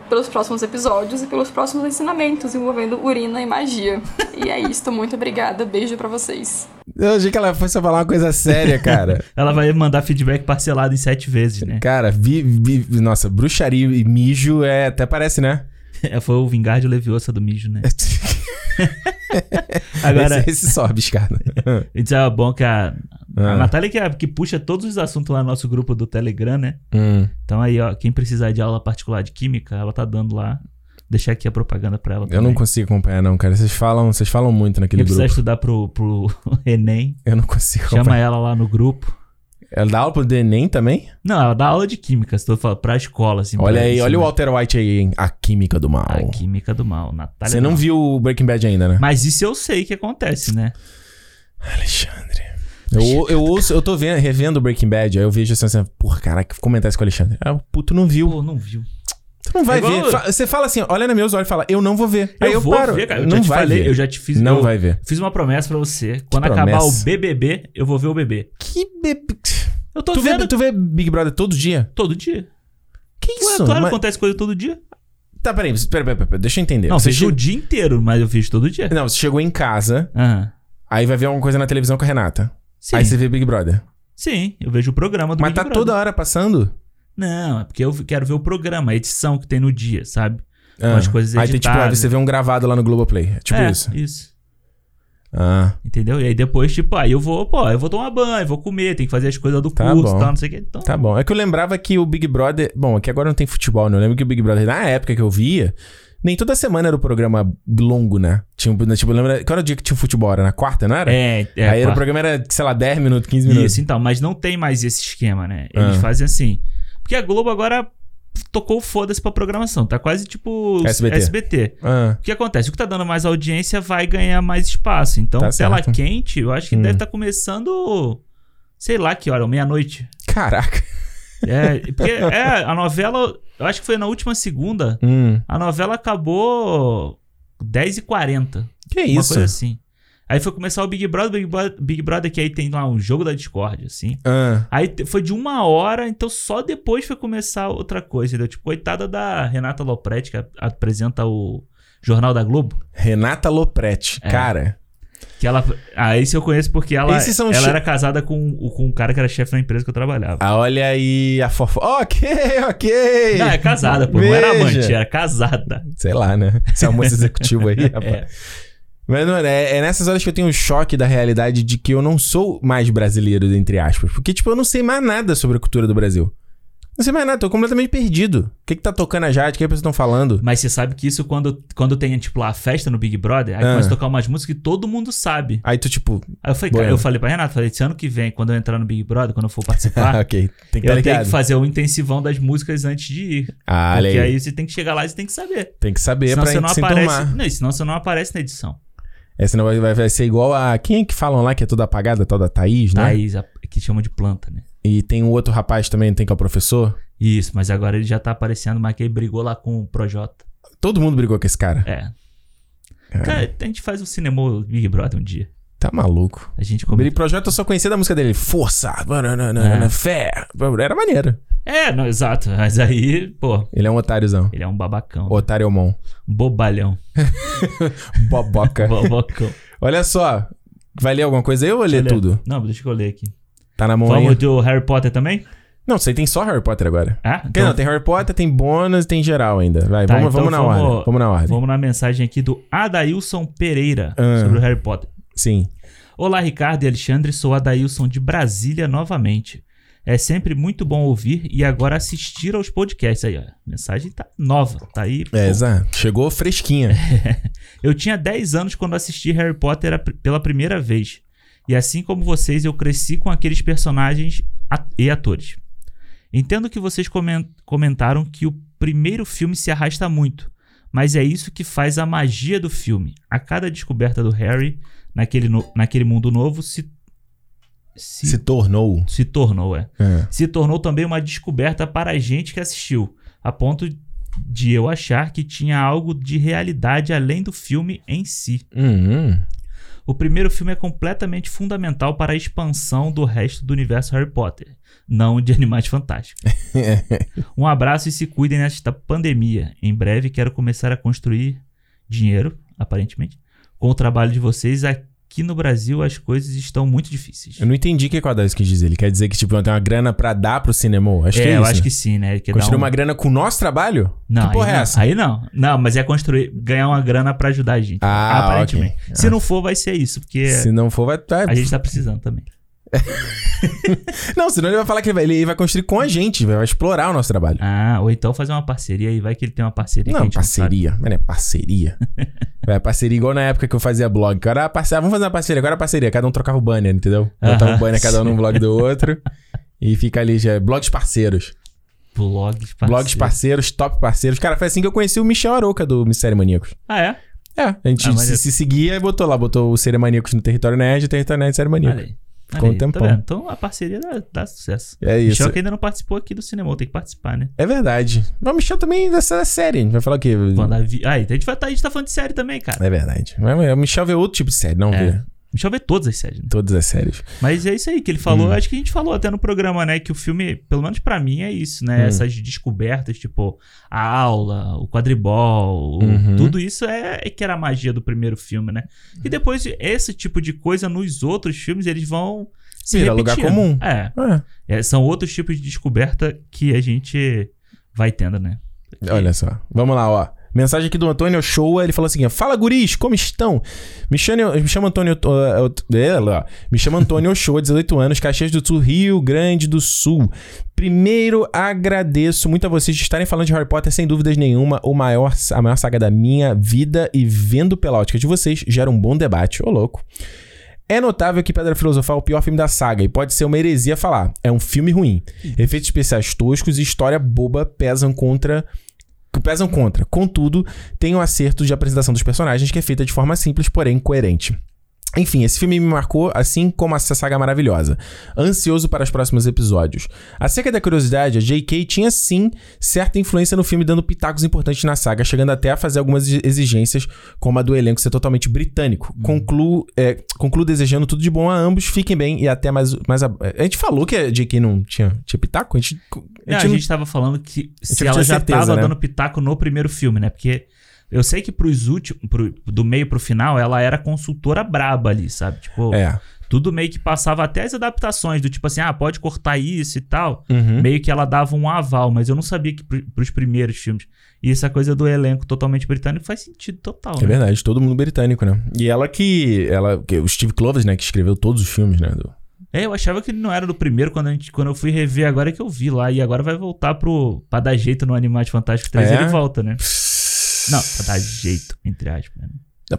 E: pelos próximos episódios e pelos próximos ensinamentos envolvendo urina e magia. E é isso, muito obrigada, beijo pra vocês.
A: Eu achei que ela fosse falar uma coisa séria, cara.
B: Ela vai mandar feedback parcelado em sete vezes, né?
A: Cara, vi, vi- nossa, bruxaria e mijo é até parece, né?
B: É, Foi o Vingarde Leviosa do Mijo, né? Agora,
A: esse, esse sobe, cara.
B: isso é bom que a, a
A: Ah.
B: Natália que, é- que puxa todos os assuntos lá no nosso grupo do Telegram, né? Então aí, ó, quem precisar de aula particular de química, ela tá dando lá. Deixar aqui a propaganda pra ela.
A: eu não consigo acompanhar não, cara. Vocês falam, vocês falam muito naquele
B: Quem precisar
A: grupo.
B: estudar pro, pro Enem,
A: Eu não consigo acompanhar.
B: chama ela lá no grupo.
A: Ela dá aula pro Enem também?
B: Não, ela dá aula de química, se tu falar pra escola, assim.
A: olha
B: pra
A: aí,
B: ensinar.
A: olha o Walter White aí, hein? A Química do Mal.
B: A química do mal, Natália.
A: Você não
B: Mal.
A: viu o Breaking Bad ainda, né?
B: Mas isso eu sei que acontece, né?
A: Alexandre. Eu, eu ouço, eu tô vendo, revendo o Breaking Bad, aí eu vejo assim, assim pô, caraca, vou comentar isso com o Alexandre. Ah, o puto não viu.
B: Pô, não viu.
A: Tu não vai
B: É igual-
A: ver. Fa- Você fala assim, olha nos meus olhos e fala, eu não vou ver. Aí eu,
B: vou
A: paro.
B: ver, cara. Eu
A: não
B: já te
A: vai
B: falei,
A: ver.
B: eu já te fiz.
A: Não
B: eu
A: vai ver.
B: Fiz uma promessa pra você. Quando
A: promessa?
B: acabar o BBB, eu vou ver o bebê.
A: Que bebê.
B: Eu tô
A: Tu
B: vendo
A: vê, tu vê Big Brother todo dia?
B: todo dia.
A: Que
B: Ué,
A: isso?
B: claro,
A: Mas-
B: acontece coisa todo dia.
A: Tá, peraí, peraí, peraí, peraí, deixa eu entender.
B: Não,
A: você
B: vejo o
A: che-
B: dia inteiro, mas eu fiz todo dia.
A: Não, você chegou em casa,
B: Aham.
A: aí vai ver alguma coisa na televisão com a Renata.
B: Sim,
A: Aí você vê Big Brother.
B: sim, eu vejo o programa do
A: Mas
B: Big
A: tá
B: Brother.
A: toda hora passando?
B: Não, é porque eu quero ver o programa, a edição que tem no dia, sabe?
A: Ah,
B: as coisas
A: Aí tem tipo, ah,
B: editadas.
A: você vê um gravado lá no Globoplay. É tipo
B: é,
A: isso.
B: isso.
A: Ah,
B: Entendeu? E aí depois, tipo, aí eu vou, pô, eu vou tomar banho, vou comer, tem que fazer as coisas do
A: Tá
B: curso
A: bom.
B: e tal, não sei o que. Então,
A: tá bom. É que eu lembrava que o Big Brother. Bom, aqui agora não tem futebol, né? Eu lembro que o Big Brother, na época que eu via, nem toda semana era o programa longo, né? Tinha, um- tipo, lembra. Qual era o dia que tinha futebol? Era na quarta, não era?
B: É, é.
A: aí era, o
B: pá.
A: programa era, sei lá, 10 minutos, 15 minutos.
B: Isso, então, mas não tem mais esse esquema, né? Eles
A: Ah.
B: fazem assim. Porque a Globo agora tocou o foda-se pra programação. Tá quase tipo
A: SBT.
B: SBT.
A: Ah,
B: O que acontece? O que tá dando mais audiência vai ganhar mais espaço. Então,
A: Tá
B: tela
A: certo.
B: quente, eu acho que
A: Hum.
B: deve estar começando. Sei lá que hora, meia-noite.
A: caraca.
B: É, porque é, a novela. Eu acho que foi na última segunda.
A: Hum.
B: A novela acabou 10h40.
A: Que
B: Uma
A: isso?
B: coisa assim. Aí foi começar o Big Brother, Big Brother, Big Brother que aí tem lá um jogo da Discord, assim.
A: Ah,
B: Aí te- foi de uma hora, então só depois foi começar outra coisa, entendeu? Tipo, coitada da Renata Lopretti, que a- apresenta o Jornal da Globo.
A: Renata Lopretti,
B: É.
A: cara.
B: Que ela. Ah, esse eu conheço porque ela,
A: Esses são
B: ela
A: che-
B: era casada com, o- com um cara que era chefe da empresa que eu trabalhava.
A: Ah, olha aí a fofo. Ok, ok.
B: Não, é casada, pô. Não era
A: Veja.
B: amante, é. era casada.
A: Sei lá, né? Esse almoço executivo aí, rapaz.
B: É.
A: Mas, mano, é, é nessas horas que eu tenho um choque da realidade de que eu não sou mais brasileiro, entre aspas. Porque, tipo, eu não sei mais nada sobre a cultura do Brasil. Não sei mais nada, tô completamente perdido. O que que tá tocando a Jade? O que as pessoas estão falando?
B: Mas você sabe que isso quando, quando tem, tipo, lá a festa no Big Brother, aí
A: Ah.
B: começa a tocar umas músicas que todo mundo sabe.
A: Aí tu, tipo,
B: Aí eu falei, cara,
A: Bueno.
B: eu falei pra Renato, falei, esse ano que vem, quando eu entrar no Big Brother, quando eu for
A: ah,
B: participar,
A: ok, tem que
B: eu
A: tá
B: tenho
A: ligado.
B: que fazer o intensivão das músicas antes de ir.
A: ah, olha
B: porque
A: aí.
B: aí você tem que chegar lá e você tem que saber.
A: Tem que saber
B: Senão
A: pra
B: você não
A: gente se
B: aparece.
A: enturmar.
B: Não, e senão você não aparece na edição.
A: É, senão vai, vai, vai ser igual a... Quem é que falam lá que é toda apagada? a Tal da Thaís, né?
B: Thaís, a- que chama de planta, né?
A: E tem um outro rapaz também, não tem que é o professor?
B: Isso, mas agora ele já tá aparecendo, mas que ele brigou lá com o Projota.
A: Todo mundo brigou com esse cara.
B: É.
A: Cara,
B: Cara, a gente faz um cinema Big Brother um dia.
A: tá maluco.
B: A gente
A: O
B: comenta.
A: Billy Projota eu só conhecia da música dele. Força, banana,
B: É.
A: fé. Era maneiro.
B: É, não, exato. Mas aí, pô,
A: Ele é um otáriozão.
B: ele é um babacão. né?
A: Otário Mon.
B: Um bobalhão.
A: Boboca.
B: Bobocão.
A: Olha só. Vai ler alguma coisa aí ou vou ler
B: Deixa eu ler.
A: tudo?
B: Não, deixa eu ler aqui.
A: Tá na mão
B: Vamos
A: aí.
B: do Harry Potter também?
A: Não, sei, tem só Harry Potter agora.
B: Ah,
A: Quer não, tem Harry Potter, tem bônus, tem geral ainda. Vai,
B: Tá,
A: vamos,
B: então
A: vamos na
B: vamos-
A: ordem. Vamos na ordem.
B: Vamos na mensagem aqui do Adailson Pereira
A: Ah.
B: sobre o Harry Potter.
A: Sim.
B: Olá, Ricardo e Alexandre, sou Adailson de Brasília novamente. É sempre muito bom ouvir e agora assistir aos podcasts. Aí, ó, a mensagem tá nova, tá aí. pô.
A: É, exato. Chegou fresquinha.
B: Eu tinha 10 anos quando assisti Harry Potter a- pela primeira vez. E assim como vocês, eu cresci com aqueles personagens a- e atores. Entendo que vocês comen- comentaram que o primeiro filme se arrasta muito, mas é isso que faz a magia do filme. A cada descoberta do Harry naquele, no- naquele mundo novo se- se,
A: Se tornou.
B: se tornou, é
A: É.
B: se tornou também uma descoberta para a gente que assistiu, a ponto de eu achar que tinha algo de realidade além do filme em si.
A: Uhum.
B: O primeiro filme é completamente fundamental para a expansão do resto do universo Harry Potter, não de Animais Fantásticos. um abraço e se cuidem nesta pandemia. Em breve quero começar a construir dinheiro, aparentemente, com o trabalho de vocês. Aqui no Brasil as coisas estão muito difíceis.
A: Eu não entendi o que o Adalys quis dizer. Ele quer dizer que, tipo, não tem uma grana pra dar pro cinema. Acho
B: é,
A: que é isso.
B: eu acho que sim, né? Que dá
A: Construir
B: um-
A: uma grana com o nosso trabalho?
B: Não,
A: que porra
B: aí
A: é
B: não,
A: essa?
B: Aí não. Não, mas é construir, ganhar uma grana pra ajudar a gente.
A: Ah,
B: aparentemente.
A: ok.
B: Se não for, vai ser isso, porque
A: Se não for, vai. vai-
B: é- a gente tá precisando também.
A: Não, senão ele vai falar que ele vai, ele vai construir com a gente, vai vai explorar o nosso trabalho.
B: Ah, ou então fazer uma parceria e vai que ele tem uma parceria. que a
A: não,
B: gente sabe.
A: parceria. Mano, é parceria. Vai, parceria igual na época que eu fazia blog. que Era parceria, vamos fazer uma parceria, agora é parceria. Cada um trocava o banner, entendeu? Botava
B: Aham,
A: um banner cada um
B: sim.
A: num blog do outro. E fica ali, já, blogs parceiros.
B: Blogs parceiros.
A: Blogs parceiros, top parceiros. Cara, foi assim que eu conheci o Michel Arouca do Mistério Maníacos.
B: Ah, é?
A: É, a gente
B: Ah,
A: se,
B: maneiro.
A: se seguia e botou lá, botou o Série Maníacos no Território Nerd e o Território Nerd Série
B: Olha
A: Maníaco.
B: aí.
A: Ficou
B: Olha
A: um
B: aí, tá
A: tempão.
B: vendo? então a parceria dá, dá sucesso.
A: É isso.
B: Michel que ainda não participou aqui do cinema, tem que participar, né?
A: É verdade. Mas o Michel também é dessa série. Vai falar o quê?
B: WandaVi- Ah, então a gente, vai, tá- a gente tá falando de série também, cara.
A: É verdade. Mas mas o Michel vê outro tipo de série, não
B: É.
A: vê
B: Michel vê todas as séries, né?
A: todas as séries.
B: Mas é isso aí que ele
A: Hum.
B: falou. Acho que a gente falou até no programa, né? Que o filme, pelo menos pra mim, é isso, né?
A: Hum.
B: Essas descobertas, tipo, a aula, o quadribol, o-
A: Uhum.
B: tudo isso é, é que era a magia do primeiro filme, né? E depois, esse tipo de coisa nos outros filmes, eles vão. Se
A: Vira
B: repetindo.
A: lugar comum.
B: É,
A: É.
B: É, São outros tipos de descoberta que a gente vai tendo, né?
A: Olha só. Vamos lá, ó. Mensagem aqui do Antônio Showa, ele falou assim: Fala guris, como estão? Me chama, me chama Antônio. ó, ó, é, lá. me chama Antônio Showa, 18 anos, Caxias do Sul, Rio Grande do Sul. Primeiro, agradeço muito a vocês de estarem falando de Harry Potter, sem dúvidas nenhuma, o maior, a maior saga da minha vida e vendo pela ótica de vocês, gera um bom debate. Ô, louco. É notável que Pedra Filosofal é o pior filme da saga e pode ser uma heresia falar. É um filme ruim. Efeitos especiais toscos e história boba pesam contra. que Pesam contra. Contudo, tem o acerto de apresentação dos personagens que é feita de forma simples, porém coerente. Enfim, esse filme me marcou, assim como essa saga maravilhosa. Ansioso para os próximos episódios. Acerca da curiosidade, a J.K. tinha sim certa influência no filme, dando pitacos importantes na saga, chegando até a fazer algumas exigências, como a do elenco ser totalmente britânico.
B: Uhum.
A: Concluo, é, concluo desejando tudo de bom a ambos, fiquem bem e até mais. mais a... a gente falou que a J.K. não tinha, tinha pitaco? A gente, a gente
B: Não, a
A: não-
B: gente tava falando que se
A: não
B: ela
A: tinha
B: já
A: certeza,
B: tava
A: né?
B: dando pitaco no primeiro filme, né? Porque eu sei que pros últimos, pro- do meio pro final, ela era consultora braba ali, sabe? Tipo,
A: É.
B: tudo meio que passava até as adaptações, do tipo assim, ah, pode cortar isso e tal.
A: Uhum.
B: Meio que ela dava um aval, mas eu não sabia que pro, pros primeiros filmes. E essa coisa do elenco totalmente britânico faz sentido total,
A: É
B: né?
A: verdade, todo mundo britânico, né? E ela que. Ela, que o Steve Clovis, né, que escreveu todos os filmes, né? do-
B: É, eu achava que não era do primeiro, quando, a gente, quando eu fui rever, agora é que eu vi lá. E agora vai voltar pro. pra dar jeito no Animais Fantásticos 3,
A: É?
B: ele volta, né? Não, pra dar jeito, entre aspas. Né?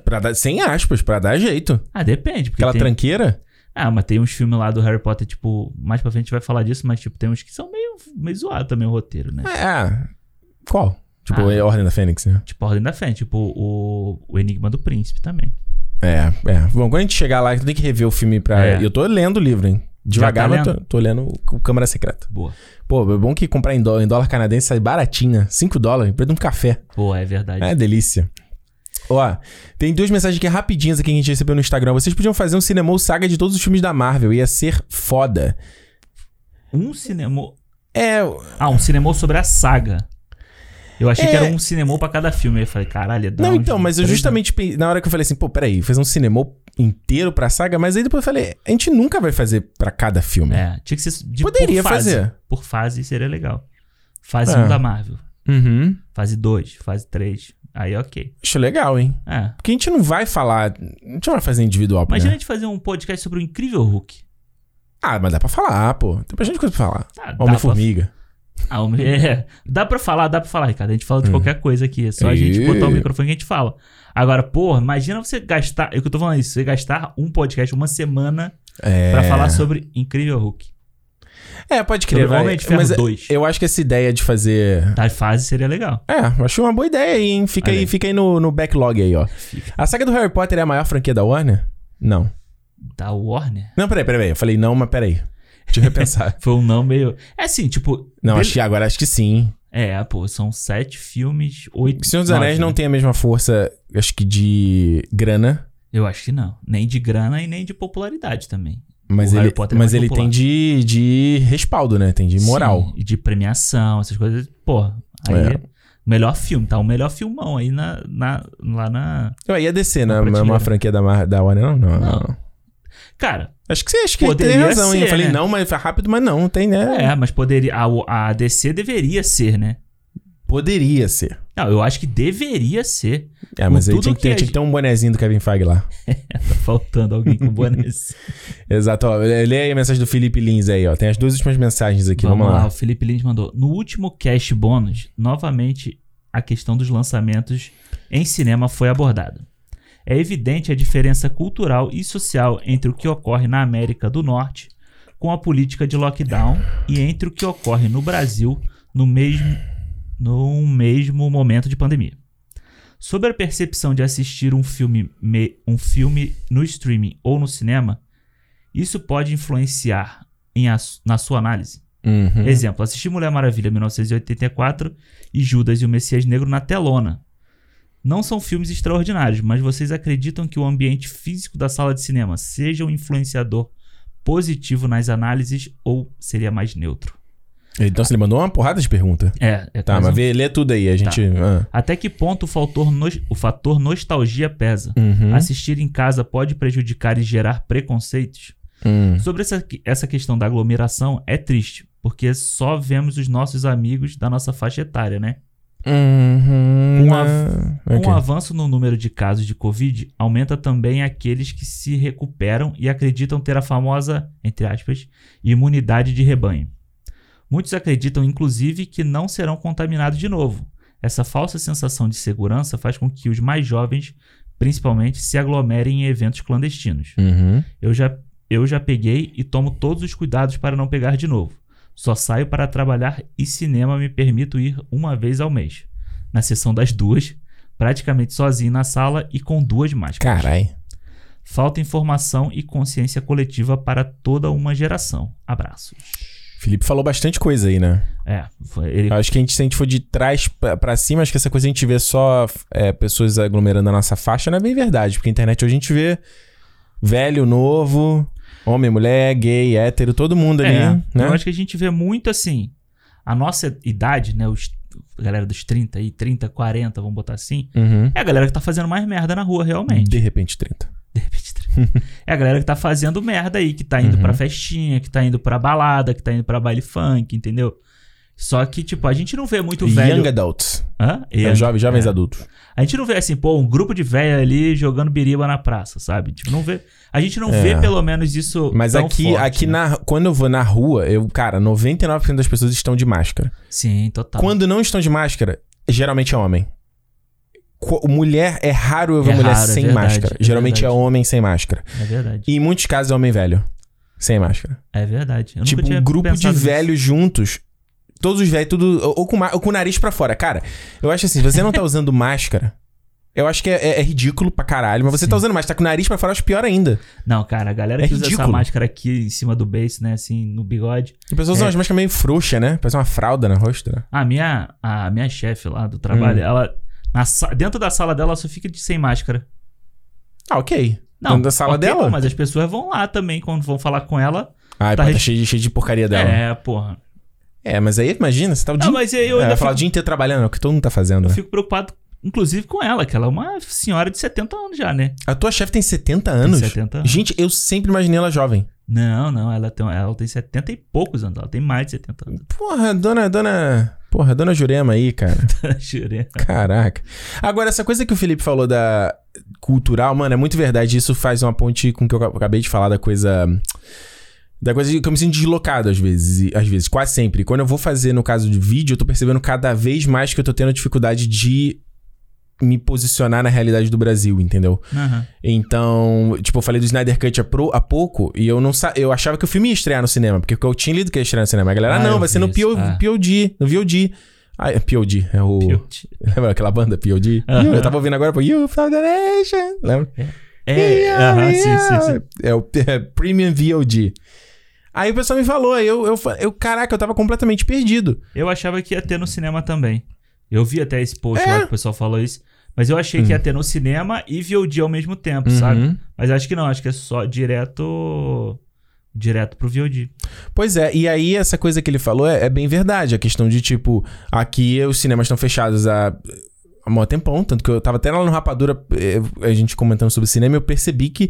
A: Pra dar, sem aspas, pra dar jeito.
B: Ah, depende. Porque
A: Aquela
B: tem...
A: tranqueira.
B: Ah, mas tem uns filmes lá do Harry Potter, tipo, mais pra frente a gente vai falar disso, mas tipo, tem uns que são meio, meio zoado também o roteiro, né?
A: É. ah, Qual? Tipo,
B: Ah.
A: é a Ordem da Fênix, né?
B: Tipo, a Ordem da Fé, tipo, o, o Enigma do Príncipe também.
A: É, é. Bom, quando a gente chegar lá, tem que rever o filme pra.
B: É.
A: Eu tô lendo o livro, hein? Devagar,
B: Já tá
A: mas tô,
B: lendo?
A: tô lendo o Câmara Secreta.
B: Boa.
A: Pô, é bom que comprar em dólar, em dólar canadense sai baratinha. 5 dólares, preço de um café.
B: Pô, é verdade.
A: É delícia. Ó, tem duas mensagens aqui rapidinhas aqui que a gente recebeu no Instagram. Vocês podiam fazer um cinema saga de todos os filmes da Marvel. Ia ser foda.
B: Um cinema.
A: É,
B: Ah, um cinema sobre a saga. Eu achei
A: É.
B: que era um cinema pra cada filme. Eu falei, caralho, é dar
A: Não,
B: uns
A: então, mas eu
B: três, né?
A: justamente pe- na hora que eu falei assim, pô, peraí, fez um cinema inteiro pra saga, mas aí depois eu falei, a gente nunca vai fazer pra cada filme.
B: É, tinha que ser. De,
A: Poderia
B: por fase.
A: fazer.
B: Por fase seria legal. Fase
A: É.
B: 1 da Marvel.
A: Uhum.
B: Fase 2, fase 3. Aí, ok.
A: Acho legal, hein?
B: É.
A: Porque a gente não vai falar. A gente não vai fazer individual,
B: Imagina a
A: né?
B: gente fazer um podcast sobre o incrível Hulk.
A: Ah, mas dá pra falar, pô. Tem bastante coisa pra falar.
B: Tá, dá
A: Homem-Formiga.
B: pra- Ah, homem- é. Dá pra falar, dá pra falar, Ricardo. A gente fala de
A: Hum.
B: qualquer coisa aqui. É só a
A: E-
B: gente botar o microfone que a gente fala. Agora, porra, imagina você gastar. É o que eu tô falando isso. Você gastar um podcast, uma semana,
A: É.
B: pra falar sobre Incrível Hulk.
A: É, pode
B: Sobre
A: crer, vai.
B: Homem de Ferro
A: Mas é-
B: 2.
A: eu acho que essa ideia de fazer.
B: Da Tá, fase seria legal.
A: É, eu acho uma boa ideia aí, hein? Fica
B: Olha
A: aí,
B: aí.
A: fica aí no, no backlog aí, ó. A saga do Harry Potter é a maior franquia da Warner? Não.
B: Da Tá, Warner?
A: Não, peraí, peraí. Eu falei, não, mas peraí. Deixa eu repensar.
B: Foi um não meio. É assim, tipo.
A: não,
B: dele-
A: acho que agora acho que sim.
B: É, pô, são sete filmes, oito.
A: Senhor dos
B: nove,
A: Anéis não
B: né?
A: tem a mesma força, acho que de grana,
B: né? Eu acho que não. Nem de grana e nem de popularidade também.
A: mas
B: O Harry
A: ele,
B: Potter é
A: mas
B: mais
A: ele
B: popular.
A: tem de, de respaldo, né? Tem de moral.
B: Sim, e de premiação, essas coisas. Pô, aí
A: É.
B: é. melhor filme, tá? O melhor filmão aí na, na- lá na.
A: Eu ia descer,
B: Na
A: né? Não é uma
B: prateleira.
A: franquia da, Mar- da Warner, não? Não, não.
B: Não. Cara,
A: Acho que você acho que
B: Poderia
A: tem razão, hein? Eu
B: ser,
A: falei,
B: né?
A: não, mas foi rápido, mas não, tem, né?
B: é, mas poderia. A, a DC deveria ser, né?
A: Poderia ser.
B: Não, eu acho que deveria ser.
A: É, mas
B: Com
A: aí
B: tudo
A: tinha que, ter,
B: que a
A: tinha que ter um bonezinho do Kevin Feige lá.
B: Tá faltando alguém com assim. bonezinho.
A: Exato, ó. Lê lê aí a mensagem do Felipe Lins aí, ó. Tem as duas últimas mensagens aqui, vamos, lá.
B: O Felipe Lins mandou. No último cast bônus, novamente a questão dos lançamentos em cinema foi abordada. É evidente a diferença cultural e social entre o que ocorre na América do Norte com a política de lockdown e entre o que ocorre no Brasil no mesmo, no mesmo momento de pandemia. Sobre a percepção de assistir um filme, me- um filme no streaming ou no cinema, isso pode influenciar em as- na sua análise?
A: Uhum.
B: Exemplo, assisti Mulher Maravilha 1984 e Judas e o Messias Negro na telona. Não são filmes extraordinários, mas vocês acreditam que o ambiente físico da sala de cinema seja um influenciador positivo nas análises ou seria mais neutro?
A: Então você mandou uma porrada de pergunta.
B: É, é
A: Tá,
B: quase
A: mas
B: um-
A: vê, lê tudo aí, a gente. ah.
B: Até que ponto o fator, nos- o fator nostalgia pesa?
A: Uhum.
B: Assistir em casa pode prejudicar e gerar preconceitos?
A: Hum.
B: Sobre essa, essa questão da aglomeração, é triste, porque só vemos os nossos amigos da nossa faixa etária, né?
A: Uhum.
B: Com a-
A: ah, ok.
B: Com o Um avanço no número de casos de Covid, aumenta também aqueles que se recuperam e acreditam ter a famosa, entre aspas, imunidade de rebanho. Muitos acreditam, inclusive, que não serão contaminados de novo. Essa falsa sensação de segurança faz com que os mais jovens, principalmente, se aglomerem em eventos clandestinos.
A: Uhum.
B: Eu já, eu já peguei e tomo todos os cuidados para não pegar de novo. Só saio para trabalhar e cinema me permito ir uma vez ao mês. Na sessão das duas, praticamente sozinho na sala e com duas máscaras.
A: Carai.
B: Falta informação e consciência coletiva para toda uma geração. Abraços.
A: Felipe falou bastante coisa aí, né?
B: É, foi- ele
A: Acho que a gente, se a gente for de trás pra pra cima, acho que essa coisa a gente vê só é, pessoas aglomerando a nossa faixa não é bem verdade, porque a internet hoje a gente vê velho, novo, homem, mulher, gay, hétero, todo mundo ali,
B: É,
A: né?
B: Eu acho que a gente vê muito assim. A nossa idade, né? Os, a galera dos 30 aí, 30, 40, vamos botar assim.
A: Uhum.
B: É a galera que tá fazendo mais merda na rua, realmente.
A: De repente 30.
B: De repente, é a galera que tá fazendo merda aí, que tá indo
A: Uhum.
B: pra festinha, que tá indo pra balada, que tá indo pra baile funk, entendeu? Só que, tipo, a gente não vê muito velho.
A: Young adults.
B: Hã?
A: É,
B: Young.
A: jovens, jovens
B: É.
A: adultos.
B: A gente não vê assim, pô, um grupo de velho ali jogando biriba na praça, sabe? Tipo, não vê. A gente não
A: É.
B: vê pelo menos isso.
A: Mas
B: tão
A: aqui,
B: forte,
A: aqui
B: né?
A: na, quando eu vou na rua, eu, cara, 99% das pessoas estão de máscara.
B: Sim, total.
A: Quando não estão de máscara, geralmente é homem. Co- Mulher, é raro eu ver
B: É
A: mulher
B: raro, é
A: sem
B: verdade,
A: máscara.
B: é
A: geralmente
B: verdade.
A: é homem sem máscara.
B: É verdade.
A: E em muitos casos é homem velho. Sem máscara.
B: É verdade. Eu nunca
A: tipo,
B: tinha
A: um grupo de
B: pensado nisso.
A: velhos juntos. Todos os velhos, tudo. Ou ou com, ma- ou com o nariz pra fora. Cara, eu acho assim, você não tá usando máscara. Eu acho que é, é- é ridículo pra caralho, mas você tá usando máscara, tá com o nariz pra fora, eu acho pior ainda.
B: Não, cara, a galera
A: É
B: que usa essa
A: ridículo.
B: máscara aqui em cima do beiço, né? Assim, no bigode.
A: As pessoas usam
B: É.
A: as máscaras meio frouxa, né? Parece uma fralda no rosto, né?
B: A minha, a minha chefe lá do trabalho,
A: Hum.
B: ela. na sa- dentro da sala dela, ela só fica de sem máscara.
A: Ah, ok.
B: Não,
A: Dentro da sala
B: ok,
A: dela?
B: pô, Mas as pessoas vão lá também, quando vão falar com ela.
A: Ai, tá,
B: Tá
A: pô,
B: re-
A: tá cheio, de- cheio de porcaria dela. É,
B: É, porra.
A: mas aí imagina, você tá o dia.
B: Não, mas aí eu
A: é,
B: ainda
A: falar o
B: fico,
A: dia inteiro trabalhando, é o que todo mundo tá fazendo.
B: eu
A: né?
B: fico preocupado, inclusive, com ela, que ela é uma senhora de 70 anos já, né?
A: A tua chefe tem 70
B: Tem
A: anos?
B: 70 anos.
A: Gente, eu sempre imaginei ela jovem.
B: Não, não, ela tem, ela tem 70 e poucos anos. Ela tem mais de 70 anos. Tá,
A: Porra, dona, dona. Porra, dona Jurema aí, cara.
B: Jurei.
A: Caraca. Agora, essa coisa que o Felipe falou da cultural, mano, é muito verdade. Isso faz uma ponte com o que eu acabei de falar da coisa. Da coisa que eu me sinto deslocado às vezes, e- às vezes, quase sempre. Quando eu vou fazer, no caso de vídeo, eu tô percebendo cada vez mais que eu tô tendo dificuldade de me posicionar na realidade do Brasil, entendeu?
B: Aham.
A: Então, tipo, eu falei do Snyder Cut há, pro- há pouco e eu não sa eu achava que o filme ia estrear no cinema, porque eu tinha lido que ia estrear no cinema. A galera,
B: Ah, eu
A: não, vai ser
B: vi
A: no
B: isso,
A: PO,
B: é.
A: POD, no VOD. Ah, é POD, é o... Lembra aquela banda POD?
B: Aham.
A: Eu tava ouvindo agora, pô, You Found the Nation. Lembra?
B: É, aham, sim, sim, sim.
A: É o é Premium VOD. Aí o pessoal me falou, aí eu, eu, fa- eu, caraca, eu tava completamente perdido.
B: Eu achava que ia ter no cinema também. Eu vi até esse post
A: É. Hum.
B: lá que o pessoal falou isso. Mas eu achei que ia ter no cinema e VOD ao mesmo tempo, sabe?
A: Uhum.
B: Mas acho que não, acho que é só direto. Direto pro VOD.
A: Pois é, e aí essa coisa que ele falou é, é bem verdade. A questão de, tipo, aqui os cinemas estão fechados há, há mó tempão. Tanto que eu tava até lá no Rapadura, eh, a gente comentando sobre cinema, eu percebi que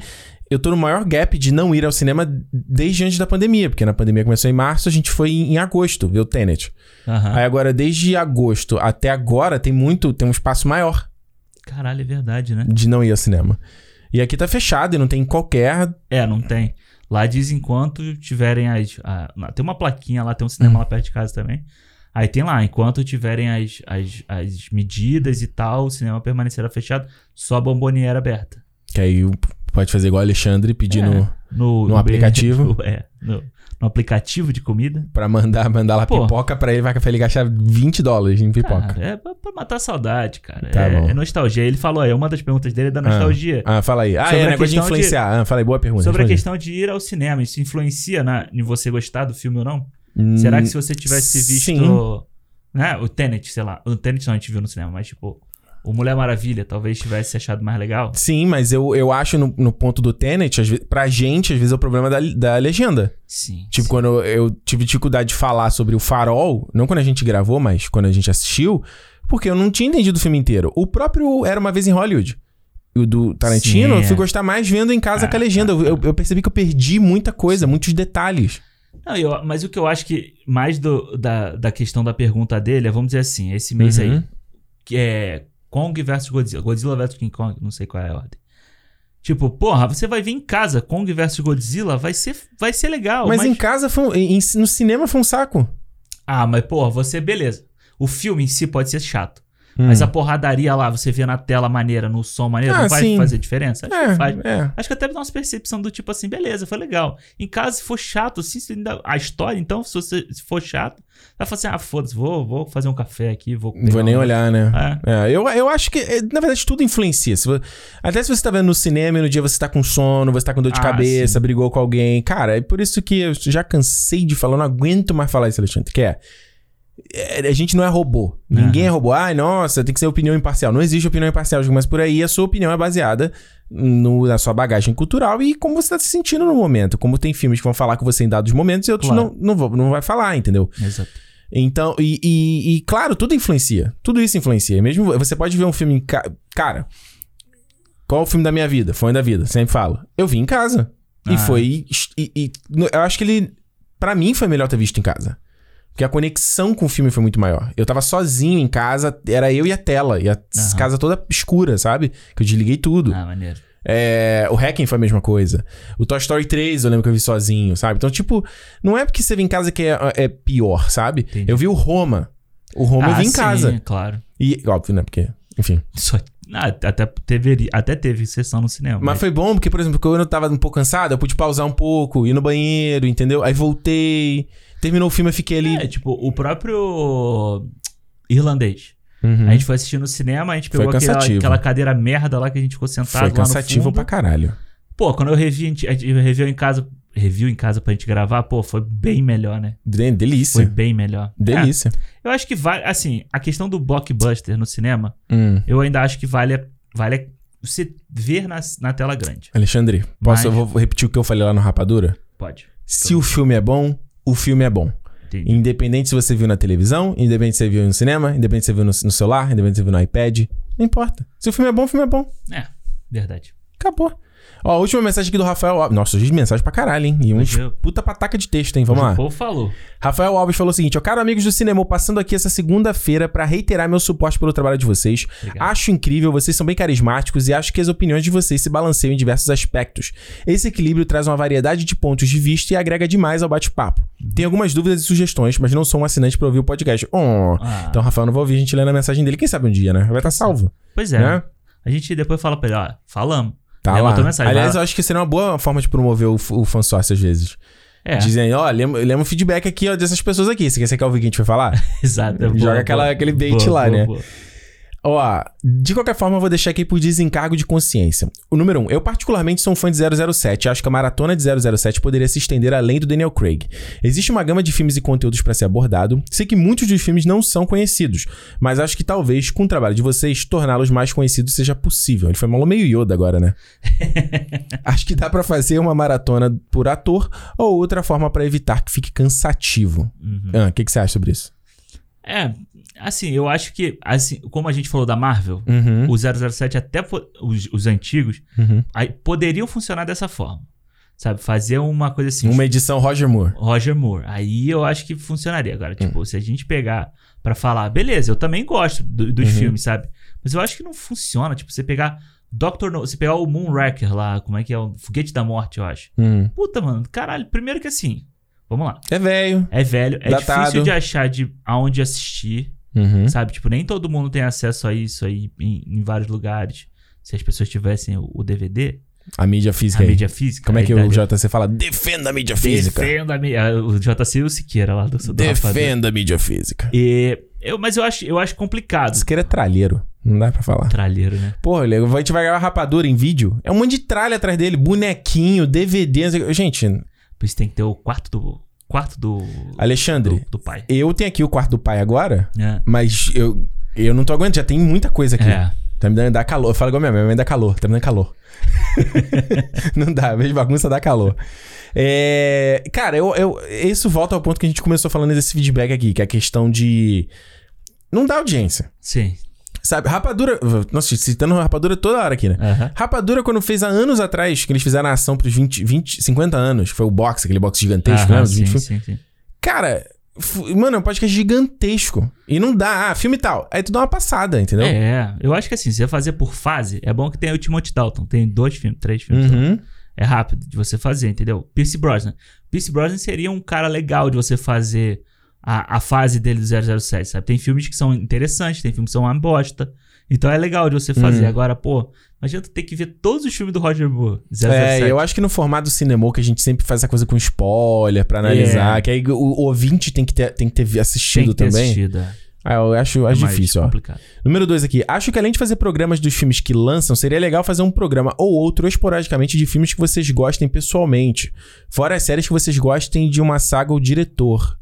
A: eu tô no maior gap de não ir ao cinema desde antes da pandemia. Porque na pandemia começou em março, a gente foi em, em agosto ver o Tenet.
B: Aham.
A: Aí agora, desde agosto até agora, tem muito, tem um espaço maior
B: Caralho, é verdade, né?
A: de não ir ao cinema. E aqui tá fechado e não tem qualquer.
B: É, não tem. Lá diz enquanto tiverem as. a- na- tem uma plaquinha lá, tem um
A: Hum.
B: cinema lá perto de casa também. Aí tem lá, enquanto tiverem as, as, as medidas e tal, o cinema permanecerá fechado, só a bomboniera aberta.
A: Que aí pode fazer igual o Alexandre pedindo.
B: É. No,
A: No aplicativo?
B: É, no, no aplicativo de comida.
A: Pra mandar, mandar lá
B: Pô.
A: pipoca pra ele, vai pra ele gastar 20 dólares em pipoca.
B: Cara, é pra, pra matar a saudade, cara.
A: Tá
B: é,
A: bom.
B: é nostalgia. Ele falou aí, uma das perguntas dele é da nostalgia.
A: Ah, fala aí. Ah,
B: Sobre
A: é
B: a
A: negócio de
B: questão de-
A: influenciar. Ah, fala aí, boa pergunta.
B: sobre a
A: responde.
B: questão de ir ao cinema. Isso influencia na, em você gostar do filme ou não?
A: Hum,
B: Será que se você tivesse visto.
A: sim.
B: Né, o Tenet, sei lá. O Tenet não a gente viu no cinema, mas tipo. O Mulher Maravilha talvez tivesse achado mais legal.
A: Sim, mas eu, eu acho no, no ponto do Tenet, às ve- pra gente, às vezes é o problema da, da legenda.
B: Sim.
A: Tipo,
B: sim.
A: quando eu, eu tive dificuldade de falar sobre o farol, não quando a gente gravou, mas quando a gente assistiu, porque eu não tinha entendido o filme inteiro. O próprio Era Uma Vez em Hollywood. E o do Tarantino,
B: Sim,
A: eu fui
B: é.
A: gostar mais vendo em casa
B: Ah,
A: com a legenda. Eu, eu- eu percebi que eu perdi muita coisa, muitos detalhes.
B: Não, eu- mas o que eu acho que mais do- da, da questão da pergunta dele é, vamos dizer assim, esse mês
A: Uhum.
B: aí, que é Kong versus Godzilla, Godzilla versus King Kong, não sei qual é a ordem. Tipo, porra, você vai ver em casa Kong versus Godzilla, vai ser, vai ser legal.
A: mas, em casa, foi um- em- em- no cinema foi um saco.
B: Ah, mas porra, você, beleza. O filme em si pode ser chato. Mas a porradaria lá, você vê na tela maneira, no som maneiro,
A: Hum. Ah,
B: não vai
A: sim.
B: fazer diferença? Acho que faz.
A: É, é.
B: Acho que até dá uma percepção do tipo assim, beleza, foi legal. Em casa, se for chato, se se ainda- a história, então, se, você- se for chato, vai falar assim, ah, foda-se, vou, vou fazer um café aqui, vou...
A: Não vou nem olhar, né?
B: É.
A: É, eu, eu acho que, eh, na verdade, tudo influencia. Se vo- até se você tá vendo no cinema e no dia você tá com sono, você tá com dor de
B: Ah,
A: cabeça, brigou com alguém. Cara, é por isso que eu já cansei de falar, eu não aguento mais falar isso, Alexandre, que é. é, A gente não é robô. Ninguém é robô. Ai, nossa, tem que ser opinião imparcial. Não existe opinião imparcial, Diego, mas por aí a sua opinião é baseada no- na sua bagagem cultural e como você tá se sentindo no momento. Como tem filmes que vão falar com você em dados momentos e outros
B: Claro.
A: não, não, vão- não vai falar, entendeu?
B: Exato.
A: Então, e, e- e, claro, tudo influencia. Tudo isso influencia. Mesmo você pode ver um filme em ca... Cara, qual o filme da minha vida? Foi da vida, sempre falo. Eu vi em casa.
B: Ah.
A: E foi. E, e- no- eu acho que ele. Pra mim foi melhor ter visto em casa. Porque a conexão com o filme foi muito maior. Eu tava sozinho em casa, era eu e a tela. E a
B: Aham.
A: casa toda escura, sabe? Que eu desliguei tudo.
B: Ah, maneiro.
A: É, o Hacking foi a mesma coisa. O Toy Story 3 eu lembro que eu vi sozinho, sabe? Então, tipo, não é porque você vê em casa que é, é pior, sabe?
B: Entendi.
A: Eu vi o Roma. O Roma eu
B: Ah,
A: vi em
B: sim,
A: casa.
B: claro.
A: E, óbvio, né? Porque, enfim.
B: Só, ah, até, teve, até teve sessão no cinema.
A: Mas foi bom porque, por exemplo, quando eu tava um pouco cansado, eu pude pausar um pouco, ir no banheiro, entendeu? Aí voltei. Terminou o filme, eu fiquei ali.
B: É, tipo, o próprio irlandês.
A: Uhum.
B: A gente foi assistir no cinema, a gente
A: Foi
B: pegou aquela,
A: cansativo.
B: aquela cadeira merda lá que a gente ficou sentado
A: Foi
B: lá no
A: cansativo
B: fundo.
A: pra caralho.
B: Pô, quando eu revi, a gente- a gente review em casa, review em casa pra gente gravar, pô, foi bem melhor, né?
A: De-
B: Foi
A: Delícia.
B: bem melhor.
A: Delícia.
B: É, eu acho que vale, assim, a questão do blockbuster no cinema,
A: Hum.
B: eu ainda acho que vale, a- vale a- você ver na, na tela grande.
A: Alexandre, posso,
B: Mas-
A: eu vou repetir o que eu falei lá no Rapadura?
B: Pode.
A: Se o filme é bom, o filme é bom.
B: Entendi.
A: Independente se você viu na televisão, independente se você viu no cinema, independente se você viu no, no celular, independente se você viu no iPad, não importa. Se o filme é bom, o filme é bom.
B: É, verdade.
A: Acabou. Ó, a última mensagem aqui do Rafael Alves. Nossa, hoje de mensagem pra caralho, hein? E uns
B: Hoje eu-
A: puta pataca de texto, hein? Vamos
B: Mas
A: lá.
B: O povo falou.
A: Rafael Alves falou o seguinte: ó, caro amigos do cinema, passando aqui essa segunda-feira pra reiterar meu suporte pelo trabalho de vocês.
B: Obrigado.
A: Acho incrível, vocês são bem carismáticos e acho que as opiniões de vocês se balanceiam em diversos aspectos. Esse equilíbrio traz uma variedade de pontos de vista e agrega demais ao bate-papo. Tenho algumas dúvidas e sugestões, mas não sou um assinante pra ouvir o podcast. Oh.
B: Ah,
A: Então, Rafael, não vou ouvir a gente lendo a mensagem dele. Quem sabe um dia, né? Vai estar salvo.
B: pois é.
A: né?
B: A gente depois fala pra ele, ó, falamos.
A: Tá
B: Ele
A: lá.
B: botou mensagem,
A: Aliás,
B: vai
A: eu acho que seria uma boa forma de promover o, f- o fansócio às vezes.
B: É,
A: Dizem, ó, lembra lembra o feedback aqui ó, dessas pessoas aqui. Você quer, você quer ouvir quem a gente vai falar?
B: exato. é
A: Joga
B: boa,
A: aquela-
B: boa.
A: aquele bait
B: Boa,
A: lá,
B: boa,
A: né?
B: boa.
A: Ó, de qualquer forma, eu vou deixar aqui por desencargo de consciência. O número 1. Um, eu, particularmente, sou um fã de 007. Acho que a maratona de 007 poderia se estender além do Daniel Craig. Existe uma gama de filmes e conteúdos pra ser abordado. Sei que muitos dos filmes não são conhecidos, mas acho que talvez, com o trabalho de vocês, torná-los mais conhecidos seja possível. Ele foi malo meio Yoda agora, né? acho que dá pra fazer uma maratona por ator ou outra forma pra evitar que fique cansativo.
B: Uhum.
A: Ah, O que, que você acha sobre isso?
B: É, assim, eu acho que, assim, como a gente falou da Marvel,
A: Uhum.
B: o 007 até po- os, os antigos
A: Uhum.
B: aí, poderiam funcionar dessa forma. Sabe, fazer uma coisa assim, tipo,
A: Uma edição Roger Moore.
B: Roger Moore. Aí eu acho que funcionaria agora,
A: Uhum.
B: tipo, se a gente pegar pra falar, beleza, eu também gosto do- dos
A: Uhum.
B: filmes, sabe? Mas eu acho que não funciona, tipo, você pegar Doctor No, você pegar o Moonraker lá, como é que é o Foguete da Morte, eu acho.
A: Hum.
B: Puta, mano, caralho, primeiro que assim, vamos lá.
A: É velho.
B: É velho, é
A: Datado.
B: difícil de achar de aonde assistir.
A: Uhum.
B: Sabe? Tipo, nem todo mundo tem acesso a isso aí em, em vários lugares. Se as pessoas tivessem o, o DVD,
A: A mídia física.
B: a
A: aí.
B: mídia física.
A: Como é que
B: a
A: o
B: idade-
A: JC fala? Defenda a mídia física.
B: Defenda a mídia. O JC e o Siqueira lá do, do Rapadura.
A: Defenda a mídia física.
B: E, eu, Mas eu acho, eu acho complicado.
A: Isso que é tralheiro. Não dá pra falar.
B: Tralheiro, né?
A: Porra, Lego, a gente vai gravar rapadura em vídeo. É um monte de tralha atrás dele. Bonequinho, DVD. não sei o que. Gente,
B: Por isso tem que ter o quarto do. Quarto do.
A: Alexandre,
B: Do, do pai.
A: eu tenho aqui o quarto do pai agora,
B: É.
A: mas eu, eu não tô aguentando. Já tem muita coisa aqui.
B: É.
A: Tá me dando dá calor. Eu falo igual a minha mãe, minha mãe dá calor. Tá me dando calor. não dá, a mesma bagunça dá calor. É, cara, eu, eu, isso volta ao ponto que a gente começou falando desse feedback aqui, que é a questão de. Não dá audiência.
B: Sim.
A: Sabe, Rapadura. Nossa, citando Rapadura toda hora aqui, né?
B: Aham.
A: Rapadura, quando fez há anos atrás, que eles fizeram a ação pros 20, 20 50 anos, que foi o box, aquele box gigantesco,
B: Aham,
A: né? Dos
B: sim,
A: 20 filmes.
B: sim, sim.
A: Cara, fu- mano, é um podcast gigantesco. E não dá, ah, filme tal. Aí tu dá uma passada, entendeu?
B: É, eu acho que assim, se você fazer por fase, é bom que tenha o Timothy Dalton. Tem dois filmes, três filmes.
A: Uhum.
B: É rápido de você fazer, entendeu? Pierce Brosnan. Pierce Brosnan seria um cara legal de você fazer a, a fase dele do 007, sabe? Tem filmes que são interessantes, tem filmes que são uma bosta. Então é legal de você fazer.
A: Uhum.
B: Agora, pô, imagina tu ter que ver todos os filmes do Roger Moore. 007.
A: É, eu acho que no formato cinema que a gente sempre faz essa coisa com spoiler pra analisar, que aí o, o ouvinte tem que ter, tem que ter
B: É. Tem
A: assistido
B: que ter
A: também.
B: assistido, é.
A: Ah, eu acho,
B: É
A: acho
B: mais
A: difícil, ó.
B: complicado.
A: Número 2 aqui. Acho que além de fazer programas dos filmes que lançam, seria legal fazer um programa ou outro esporadicamente de filmes que vocês gostem pessoalmente. Fora as séries que vocês gostem de uma saga ou diretor.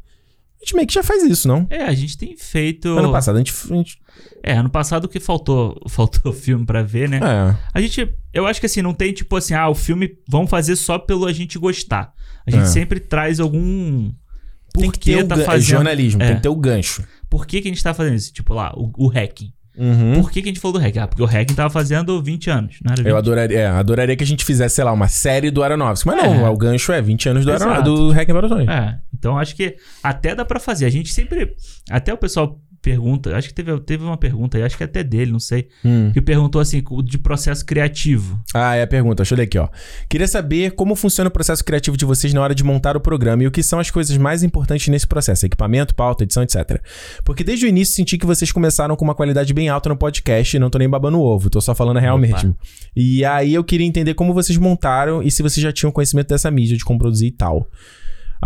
A: A gente meio que já faz isso, não?
B: É, a gente tem feito.
A: Ano passado a gente. a gente-
B: É, ano passado que faltou, faltou filme pra ver, né?
A: é.
B: A gente, eu acho que assim, não tem tipo assim, ah, o filme vamos fazer só pelo a gente gostar. A gente
A: É.
B: sempre traz algum por
A: Tem que ter o
B: tá
A: gan- é
B: fazendo.
A: jornalismo,
B: É.
A: tem que ter o gancho.
B: Por que, que a gente tá fazendo isso? Tipo lá, o, o hacking.
A: Uhum.
B: Por que, que a gente falou do hacking? Ah, porque o hacking tava fazendo 20 anos, não era 20?
A: Eu adoraria, é, adoraria que a gente fizesse, sei lá, uma série do Aronofsky. Mas não,
B: É.
A: o gancho é 20 anos do,
B: Exato.
A: Aronofsky, do Hack and Baratone.
B: É, então acho que até dá pra fazer. A gente sempre, até o pessoal pergunta, acho que teve, teve uma pergunta aí, acho que é até dele, não sei,
A: Hum.
B: que perguntou assim, de processo criativo.
A: Ah, é a pergunta. Deixa eu ler aqui, ó. Queria saber como funciona o processo criativo de vocês na hora de montar o programa e o que são as coisas mais importantes nesse processo: equipamento, pauta, edição, etc. Porque desde o início senti que vocês começaram com uma qualidade bem alta no podcast e não tô nem babando ovo, tô só falando a real
B: Opa.
A: mesmo. E aí eu queria entender como vocês montaram e se vocês já tinham conhecimento dessa mídia, de como produzir e tal.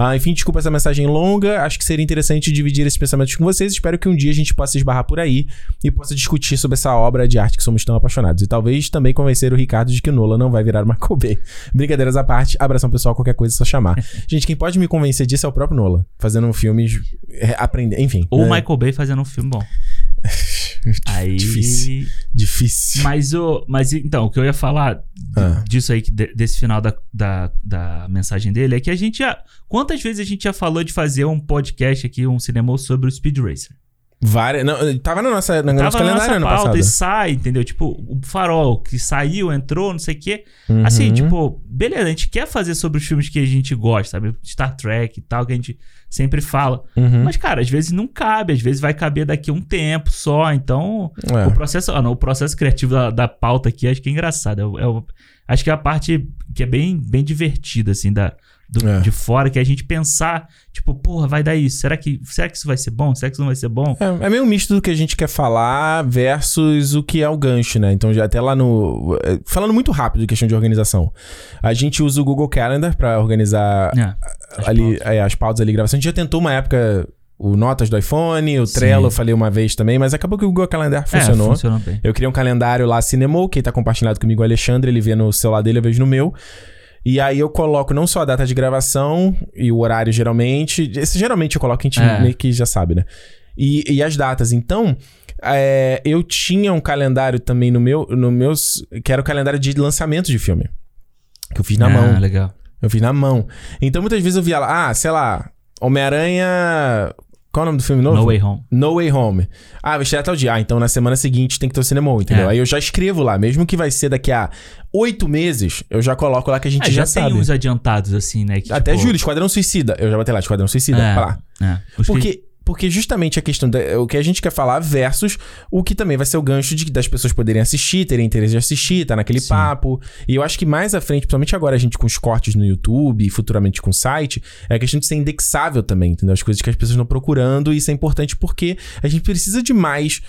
A: Ah, enfim, desculpa essa mensagem longa. Acho que seria interessante dividir esses pensamentos com vocês. Espero que um dia a gente possa esbarrar por aí e possa discutir sobre essa obra de arte que somos tão apaixonados. E talvez também convencer o Ricardo de que o Nola não vai virar uma Bay. Brincadeiras à parte, abração pessoal, qualquer coisa é só chamar. gente, quem pode me convencer disso é o próprio Nola, fazendo um filme, é, aprender, enfim.
B: Ou o
A: né?
B: Michael Bay fazendo um filme bom. Aí.
A: É Difícil. Difícil.
B: Mas, o, mas então, o que eu ia falar
A: Ah.
B: disso aí, que de- desse final da, da, da mensagem dele, é que a gente já. Quantas vezes a gente já falou de fazer um podcast aqui, um cinema sobre o Speed Racer?
A: Várias. Não, tava na nossa, na nosso
B: Tava na
A: calendário
B: nossa
A: ano
B: pauta
A: passado.
B: e sai, entendeu? Tipo, o farol que saiu, entrou, não sei o quê.
A: Uhum.
B: Assim, tipo, beleza, a gente quer fazer sobre os filmes que a gente gosta, sabe? Star Trek e tal, que a gente sempre fala.
A: Uhum.
B: Mas, cara, às vezes não cabe, às vezes vai caber daqui a um tempo só, então.
A: É.
B: O processo, ah, não, o processo criativo da, da pauta aqui, acho que é engraçado. É o- é o- acho que é a parte que é bem, bem divertida, assim, da, do-
A: É.
B: de fora, que é a gente pensar, tipo, porra, vai dar isso. Será que, será que isso vai ser bom? Será que isso não vai ser bom?
A: É, é meio um misto do que a gente quer falar versus o que é o gancho, né? Então, já até lá no. eh, Falando muito rápido, questão de organização. A gente usa o Google Calendar pra organizar
B: É, as
A: ali
B: pautas.
A: é, as pautas ali, gravação. A gente já tentou uma época o Notas do iPhone, o
B: Sim.
A: Trello, eu falei uma vez também, mas acabou que o Google Calendar
B: É,
A: funcionou.
B: funcionou bem.
A: Eu criei um calendário lá, Cinemol, que tá compartilhado comigo o Alexandre, ele vê no celular dele, eu vejo no meu. E aí eu coloco não só a data de gravação e o horário geralmente. Esse geralmente eu coloco, a gente
B: É.
A: meio que já sabe, né? E, e as datas. Então, é, eu tinha um calendário também no meu, no meus, que era o calendário de lançamento de filme. Que eu fiz na
B: Ah,
A: mão.
B: legal.
A: Eu fiz na mão. Então muitas vezes eu via lá, ah, sei lá, Homem-Aranha. Qual é o nome do filme novo?
B: No Way Home.
A: No Way Home. Ah, vai chegar até o dia. Ah, então na semana seguinte tem que ter o cinema, entendeu?
B: É.
A: Aí eu já escrevo lá, mesmo que vai ser daqui a oito meses, eu já coloco lá que a gente
B: É,
A: já,
B: já, tem
A: sabe.
B: uns adiantados, assim, né? que,
A: Até
B: tipo,
A: julho, Esquadrão Suicida. Eu já botei lá, Esquadrão Suicida.
B: É.
A: pra lá.
B: É, os que-
A: Porque, porque justamente a questão da, é o que a gente quer falar versus o que também vai ser o gancho de, das pessoas poderem assistir, terem interesse de assistir, tá naquele
B: Sim.
A: papo. E eu acho que mais à frente, principalmente agora a gente com os cortes no YouTube e futuramente com o site, é a questão de ser indexável também, entendeu? As coisas que as pessoas estão procurando, e isso é importante porque a gente precisa de mais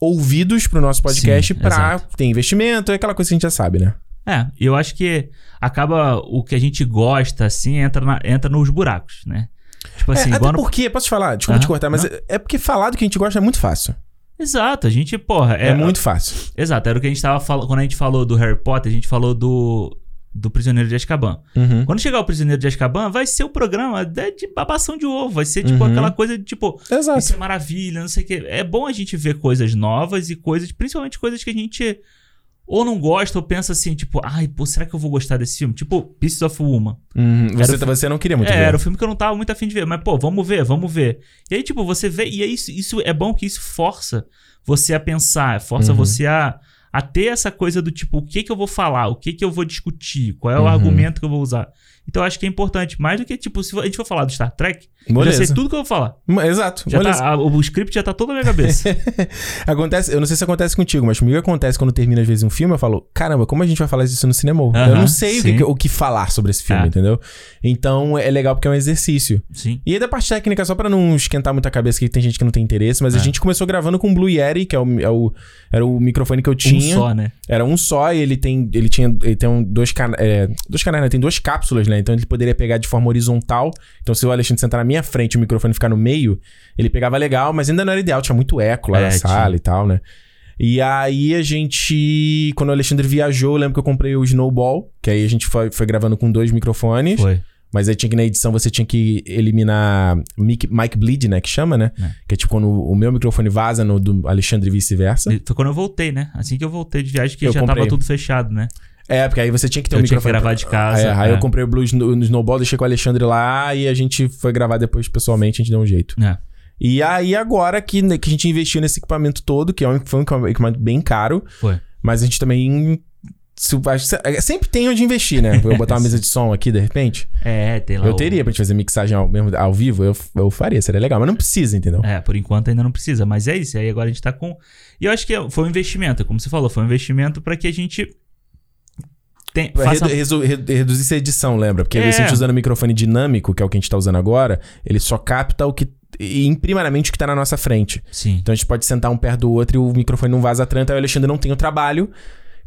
A: ouvidos pro nosso podcast
B: Sim,
A: pra
B: exato.
A: ter investimento, é aquela coisa que a gente já sabe, né?
B: É, eu acho que acaba o que a gente gosta, assim, entra, na- entra nos buracos, né? Tipo assim,
A: é, até
B: igual no...
A: porque, posso te falar, desculpa
B: Aham,
A: te cortar, mas
B: não.
A: é, é porque falar do que a gente gosta é muito fácil.
B: Exato, a gente, porra,
A: É, muito fácil.
B: Exato, era o que a gente tava falando. Quando a gente falou do Harry Potter, a gente falou do. Do Prisioneiro de Azkaban.
A: Uhum.
B: Quando chegar o Prisioneiro de Azkaban, vai ser o programa de, de babação de ovo. Vai ser, tipo,
A: Uhum. Ah,
B: aquela coisa de, tipo,
A: Exato.
B: isso é maravilha, não sei o quê. É bom a gente ver coisas novas e coisas, principalmente coisas que a gente ou não gosta ou pensa assim, tipo, ai, pô, será que eu vou gostar desse filme? Tipo, Pieces of Woman.
A: Uhum, Você,
B: o fi-
A: você não queria muito
B: é,
A: ver.
B: era o filme que eu não tava muito afim de ver. Mas, pô, vamos ver, vamos ver. E aí, tipo, você vê. E é isso, isso é bom que isso força você a pensar, força
A: Uhum.
B: você a, a ter essa coisa do tipo, o que que eu vou falar, o que que eu vou discutir, qual é o
A: Uhum.
B: argumento que eu vou usar. Então eu acho que é importante. Mais do que, tipo, se a gente for falar do Star Trek, eu já
A: Moleza.
B: sei tudo que eu vou falar.
A: Ma- Exato.
B: Já
A: moleza.
B: tá- a- o script já tá todo na minha cabeça.
A: Acontece, eu não sei se acontece contigo, mas comigo acontece quando termina às vezes um filme, eu falo, caramba, como a gente vai falar disso no cinema? eu
B: Aham,
A: não sei o que,
B: sim.
A: que- o que falar sobre esse filme,
B: É.
A: entendeu? Então é legal porque é um exercício.
B: Sim.
A: E aí da parte técnica, só pra não esquentar muito a cabeça, que tem gente que não tem interesse, mas a
B: É.
A: gente começou gravando com o Blue Yeti, que é o, é o- era o microfone que eu tinha.
B: Um só, né?
A: Era um só e ele tem, ele tinha, ele tem um- dois, cana é, dois canais, né? Tem duas cápsulas, né? Então ele poderia pegar de forma horizontal. Então se o Alexandre sentar na minha frente e o microfone ficar no meio, ele pegava legal, mas ainda não era ideal, tinha muito eco lá
B: É,
A: na
B: tinha.
A: sala e tal, né? E aí a gente, quando o Alexandre viajou, eu lembro que eu comprei o Snowball, que aí a gente foi, foi gravando com dois microfones.
B: Foi.
A: Mas aí tinha que na edição você tinha que eliminar mic, mic bleed, né? Que chama, né?
B: É.
A: Que é tipo quando o meu microfone vaza no do Alexandre e vice-versa.
B: E Foi quando eu voltei, né? Assim que eu voltei de viagem, que
A: Eu
B: já
A: comprei.
B: tava tudo fechado, né?
A: É, porque aí você tinha que ter
B: eu
A: um
B: tinha que
A: microfone.
B: gravar de casa.
A: É, aí
B: é.
A: eu comprei o Blues no, no Snowball, deixei com o Alexandre lá e a gente foi gravar depois pessoalmente, a gente deu um jeito.
B: É.
A: E aí agora que, né, que a gente investiu nesse equipamento todo, que é um, foi um equipamento bem caro,
B: Foi.
A: mas a gente também... se- acho que se- é, sempre tem onde investir, né? Eu botar uma mesa de som aqui, de repente.
B: É, tem lá.
A: Eu
B: o-
A: teria pra gente fazer mixagem ao, mesmo, ao vivo, eu, eu faria, seria legal. Mas não precisa, entendeu?
B: É, por enquanto ainda não precisa, mas é isso. Aí agora a gente tá com. E eu acho que foi um investimento, como você falou, foi um investimento pra que a gente. Tem,
A: Vai
B: É, faça...
A: redu- resu- redu- reduzir essa edição, lembra? Porque às vezes a
B: É.
A: gente usando microfone dinâmico, que é o que a gente tá usando agora, ele só capta o que... E imprimariamente o que tá na nossa frente.
B: Sim.
A: Então a gente pode sentar um perto do outro e o microfone não vaza tanto, aí o Alexandre não tem o trabalho.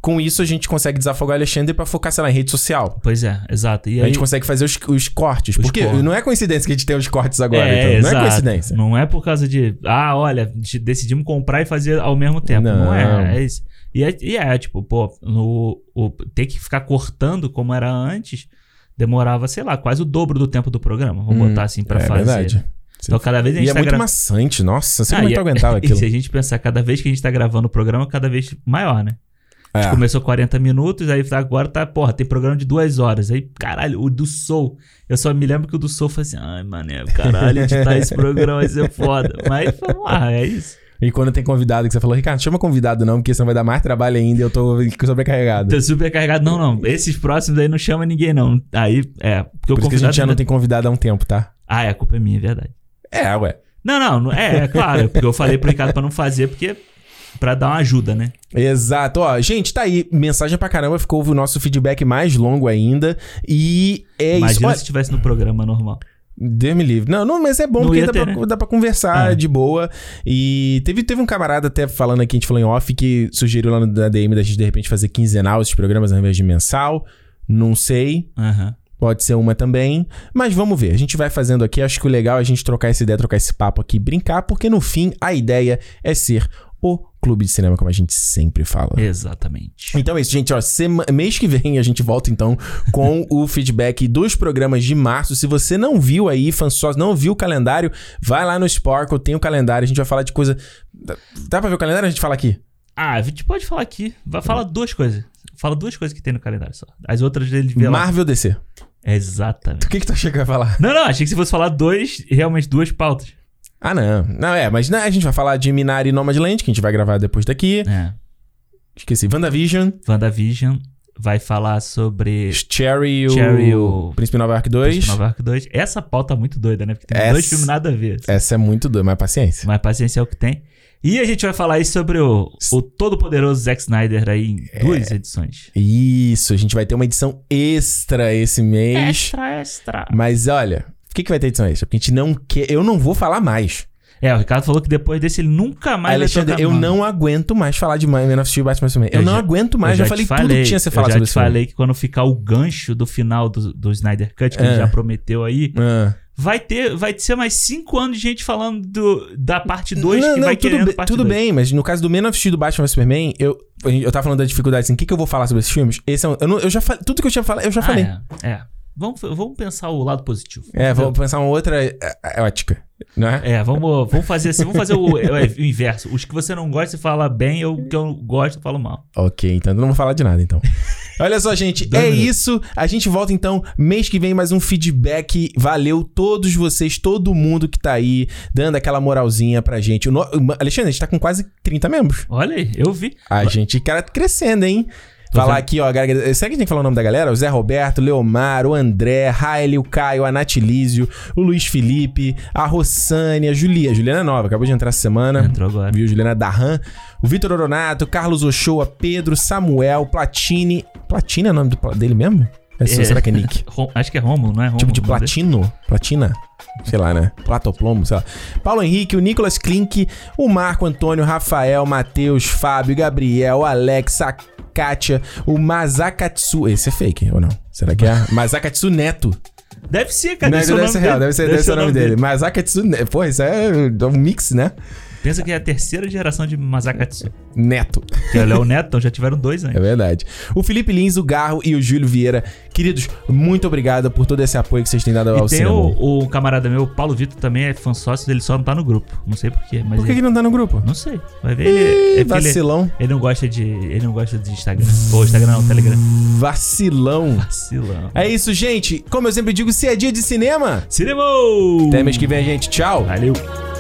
A: Com isso, a gente consegue desafogar o Alexandre pra focar, sei lá, em rede social.
B: Pois é, exato. E
A: a
B: aí,
A: gente consegue fazer os, os cortes.
B: Os
A: porque
B: cortes.
A: não é coincidência que a gente tem os cortes agora,
B: é,
A: então. Não
B: exato.
A: é coincidência.
B: Não é por causa de, ah, olha, de- decidimos comprar e fazer ao mesmo tempo. Não,
A: Não.
B: é, é isso. E é, e é, tipo, pô, no, o, ter que ficar cortando como era antes demorava, sei lá, quase o dobro do tempo do programa. Vamos
A: Hum,
B: botar assim pra
A: é
B: fazer.
A: verdade.
B: Então cada vez a gente
A: E é
B: tá
A: muito
B: gra-
A: maçante, nossa. Você
B: Ah,
A: como é
B: e
A: que
B: é-
A: aguentava
B: E
A: aquilo?
B: se a gente pensar, cada vez que a gente tá gravando o programa, cada vez maior, né? A
A: É.
B: gente começou 40 minutos, aí tá- agora tá, porra, tem programa de duas horas. Aí, caralho, o do Soul. Eu só me lembro que o do Soul foi assim, ai, mané, caralho, editar esse programa vai ser foda. Mas vamos lá, é isso.
A: E quando tem convidado que você falou, Ricardo, chama convidado não, porque senão vai dar mais trabalho ainda e eu tô sobrecarregado.
B: Tô super carregado. Não, não. Esses próximos aí não chama ninguém, não. Aí, é. Porque o
A: Por isso que a
B: convidado.
A: gente já não tem convidado há um tempo, tá?
B: Ah, é, a culpa é minha, é verdade.
A: É, ué.
B: Não, não, não- é, é claro. Porque eu falei pro Ricardo pra não fazer, porque. Pra dar uma ajuda, né?
A: Exato. Ó, gente, tá aí. Mensagem pra caramba. Ficou o nosso feedback mais longo ainda. E é isso.
B: Imagina
A: Olha,
B: se estivesse no programa normal.
A: Deus me livre. Não, não, mas é bom,
B: Não
A: porque
B: ia
A: dá,
B: ter,
A: pra,
B: né?
A: dá pra conversar
B: É.
A: de boa. E teve, teve um camarada até falando aqui, a gente falou em off, que sugeriu lá no- na DM da gente, de repente, fazer quinzenal esses programas ao invés de mensal. Não sei.
B: Aham.
A: Pode ser uma também. Mas vamos ver. A gente vai fazendo aqui. Acho que o legal é a gente trocar essa ideia, trocar esse papo aqui, brincar, porque no fim a ideia é ser o clube de cinema, como a gente sempre fala.
B: Exatamente.
A: Então é isso, gente. Ó, sema- mês que vem a gente volta então com o feedback dos programas de março. Se você não viu aí, fansós, não viu o calendário, vai lá no Sparkle, tem o calendário. A gente vai falar de coisa. Dá- Dá pra ver o calendário? A gente fala aqui.
B: Ah, a gente pode falar aqui. Vai,
A: Tá
B: fala duas coisas. Fala duas coisas que tem no calendário só. As outras ele vê lá.
A: Marvel DC.
B: Exatamente.
A: O que, que tu achou que vai falar?
B: Não, não, achei que você fosse falar dois, realmente duas pautas.
A: Ah, não. Não, é, mas né, a gente vai falar de Minari e Nomadland, que a gente vai gravar depois daqui.
B: É.
A: Esqueci. WandaVision,
B: WandaVision vai falar sobre
A: Cherry e o.
B: Cherry, o-
A: Príncipe Nova York 2.
B: Nova York 2. Essa pauta é muito doida, né? Porque tem
A: Essa-
B: dois filmes nada a ver. assim.
A: Essa é muito doida, mas paciência.
B: Mas paciência é o que tem. E a gente vai falar aí sobre o, o todo-poderoso Zack Snyder aí
A: É.
B: em duas edições.
A: Isso, a gente vai ter uma edição extra esse mês.
B: Extra, extra.
A: Mas olha, o que, que vai ter edição extra? Porque a gente não quer. Eu não vou falar mais.
B: É, o Ricardo falou que depois desse ele nunca mais vai
A: Alexandre,
B: tocar
A: eu
B: no-
A: não aguento mais falar de Man Man of Steel e Batman Superman. Eu,
B: Eu
A: não
B: já-
A: aguento mais. Já,
B: eu te
A: falei, tudo que tinha a ser falado
B: eu já
A: sobre
B: te
A: isso.
B: falei que quando ficar o gancho do final do, do Snyder Cut, que
A: É.
B: ele já prometeu aí,
A: Ah.
B: vai ter, vai ser mais cinco anos de gente falando do- da parte 2 que
A: não, não,
B: vai
A: tudo,
B: querendo
A: bem,
B: parte
A: tudo
B: dois.
A: bem, mas no caso do Man of Steel e do Batman Superman, eu, eu tava falando da dificuldade assim. O que, que eu vou falar sobre esses filmes? Esse é um- eu, não- eu já falei. Tudo que eu tinha falado, eu já
B: Ah,
A: falei.
B: É, é. Vamos, vamos pensar o lado positivo.
A: É, vou pensar uma outra é, é, ótica, não é?
B: É, vamos, vamos fazer assim, vamos fazer o, é, o inverso. Os que você não gosta, você fala bem, eu que eu gosto, eu falo mal.
A: Ok, então eu não vou falar de nada, então. Olha só, gente,
B: Dois
A: é
B: minutos.
A: isso. A gente volta então mês que vem mais um feedback. Valeu todos vocês, todo mundo que tá aí dando aquela moralzinha pra gente. O no- Alexandre, a gente tá com quase 30 membros.
B: Olha aí, eu vi.
A: A gente, cara, tá crescendo, hein? Falar aqui, ó, galera, será que a gente tem que falar o nome da galera? O Zé Roberto, o Leomar, o André, Raeli, o Caio, a Natilísio, o Luiz Felipe, a Rossane, a Julia. A Juliana é nova, acabou de entrar essa semana.
B: Entrou agora.
A: Viu, Juliana Darran. O Vitor Oronato, Carlos Ochoa, Pedro, Samuel, Platini. Platini é o nome do pla- dele mesmo? É,
B: É.
A: Será que é Nick?
B: Rom- Acho que é Romulo, não é Romulo?
A: Tipo de
B: o nome dele?
A: platino? Platina? Sei lá, né? Platoplomo, sei lá. Paulo Henrique, o Nicolas Klink, o Marco Antônio, Rafael, Matheus, Fábio, Gabriel, Alex, a Kátia, o Mazakatsu. Esse é fake, ou não? Será que é? Mazakatsu Neto.
B: Deve ser, cara.
A: não,
B: esse é o
A: deve
B: nome
A: ser real,
B: dele.
A: deve ser, deve ser o nome dele.
B: dele.
A: Mazakatsu Neto. Pô, isso é um mix, né?
B: Pensa que é a terceira geração de Masakatsu.
A: Neto.
B: Que é o Léo Neto, então já tiveram dois
A: É
B: antes.
A: verdade. O Felipe Lins, o Garro e o Júlio Vieira. Queridos, muito obrigado por todo esse apoio que vocês têm dado ao
B: E tem
A: cinema.
B: o, o camarada meu, o Paulo Vitor, também é fã sócio, ele só não tá no grupo. Não sei porquê, mas
A: Por que,
B: ele...
A: que não tá no grupo?
B: Não sei. Vai
A: Ih,
B: ver, ele... é porque ele-
A: vacilão.
B: Ele não gosta de. Ele não gosta de Instagram. Ou Instagram não, Telegram.
A: Vacilão.
B: Vacilão.
A: É isso, gente. Como eu sempre digo, se é dia de cinema,
B: Cinema!
A: até mês que vem, gente. Tchau.
B: Valeu!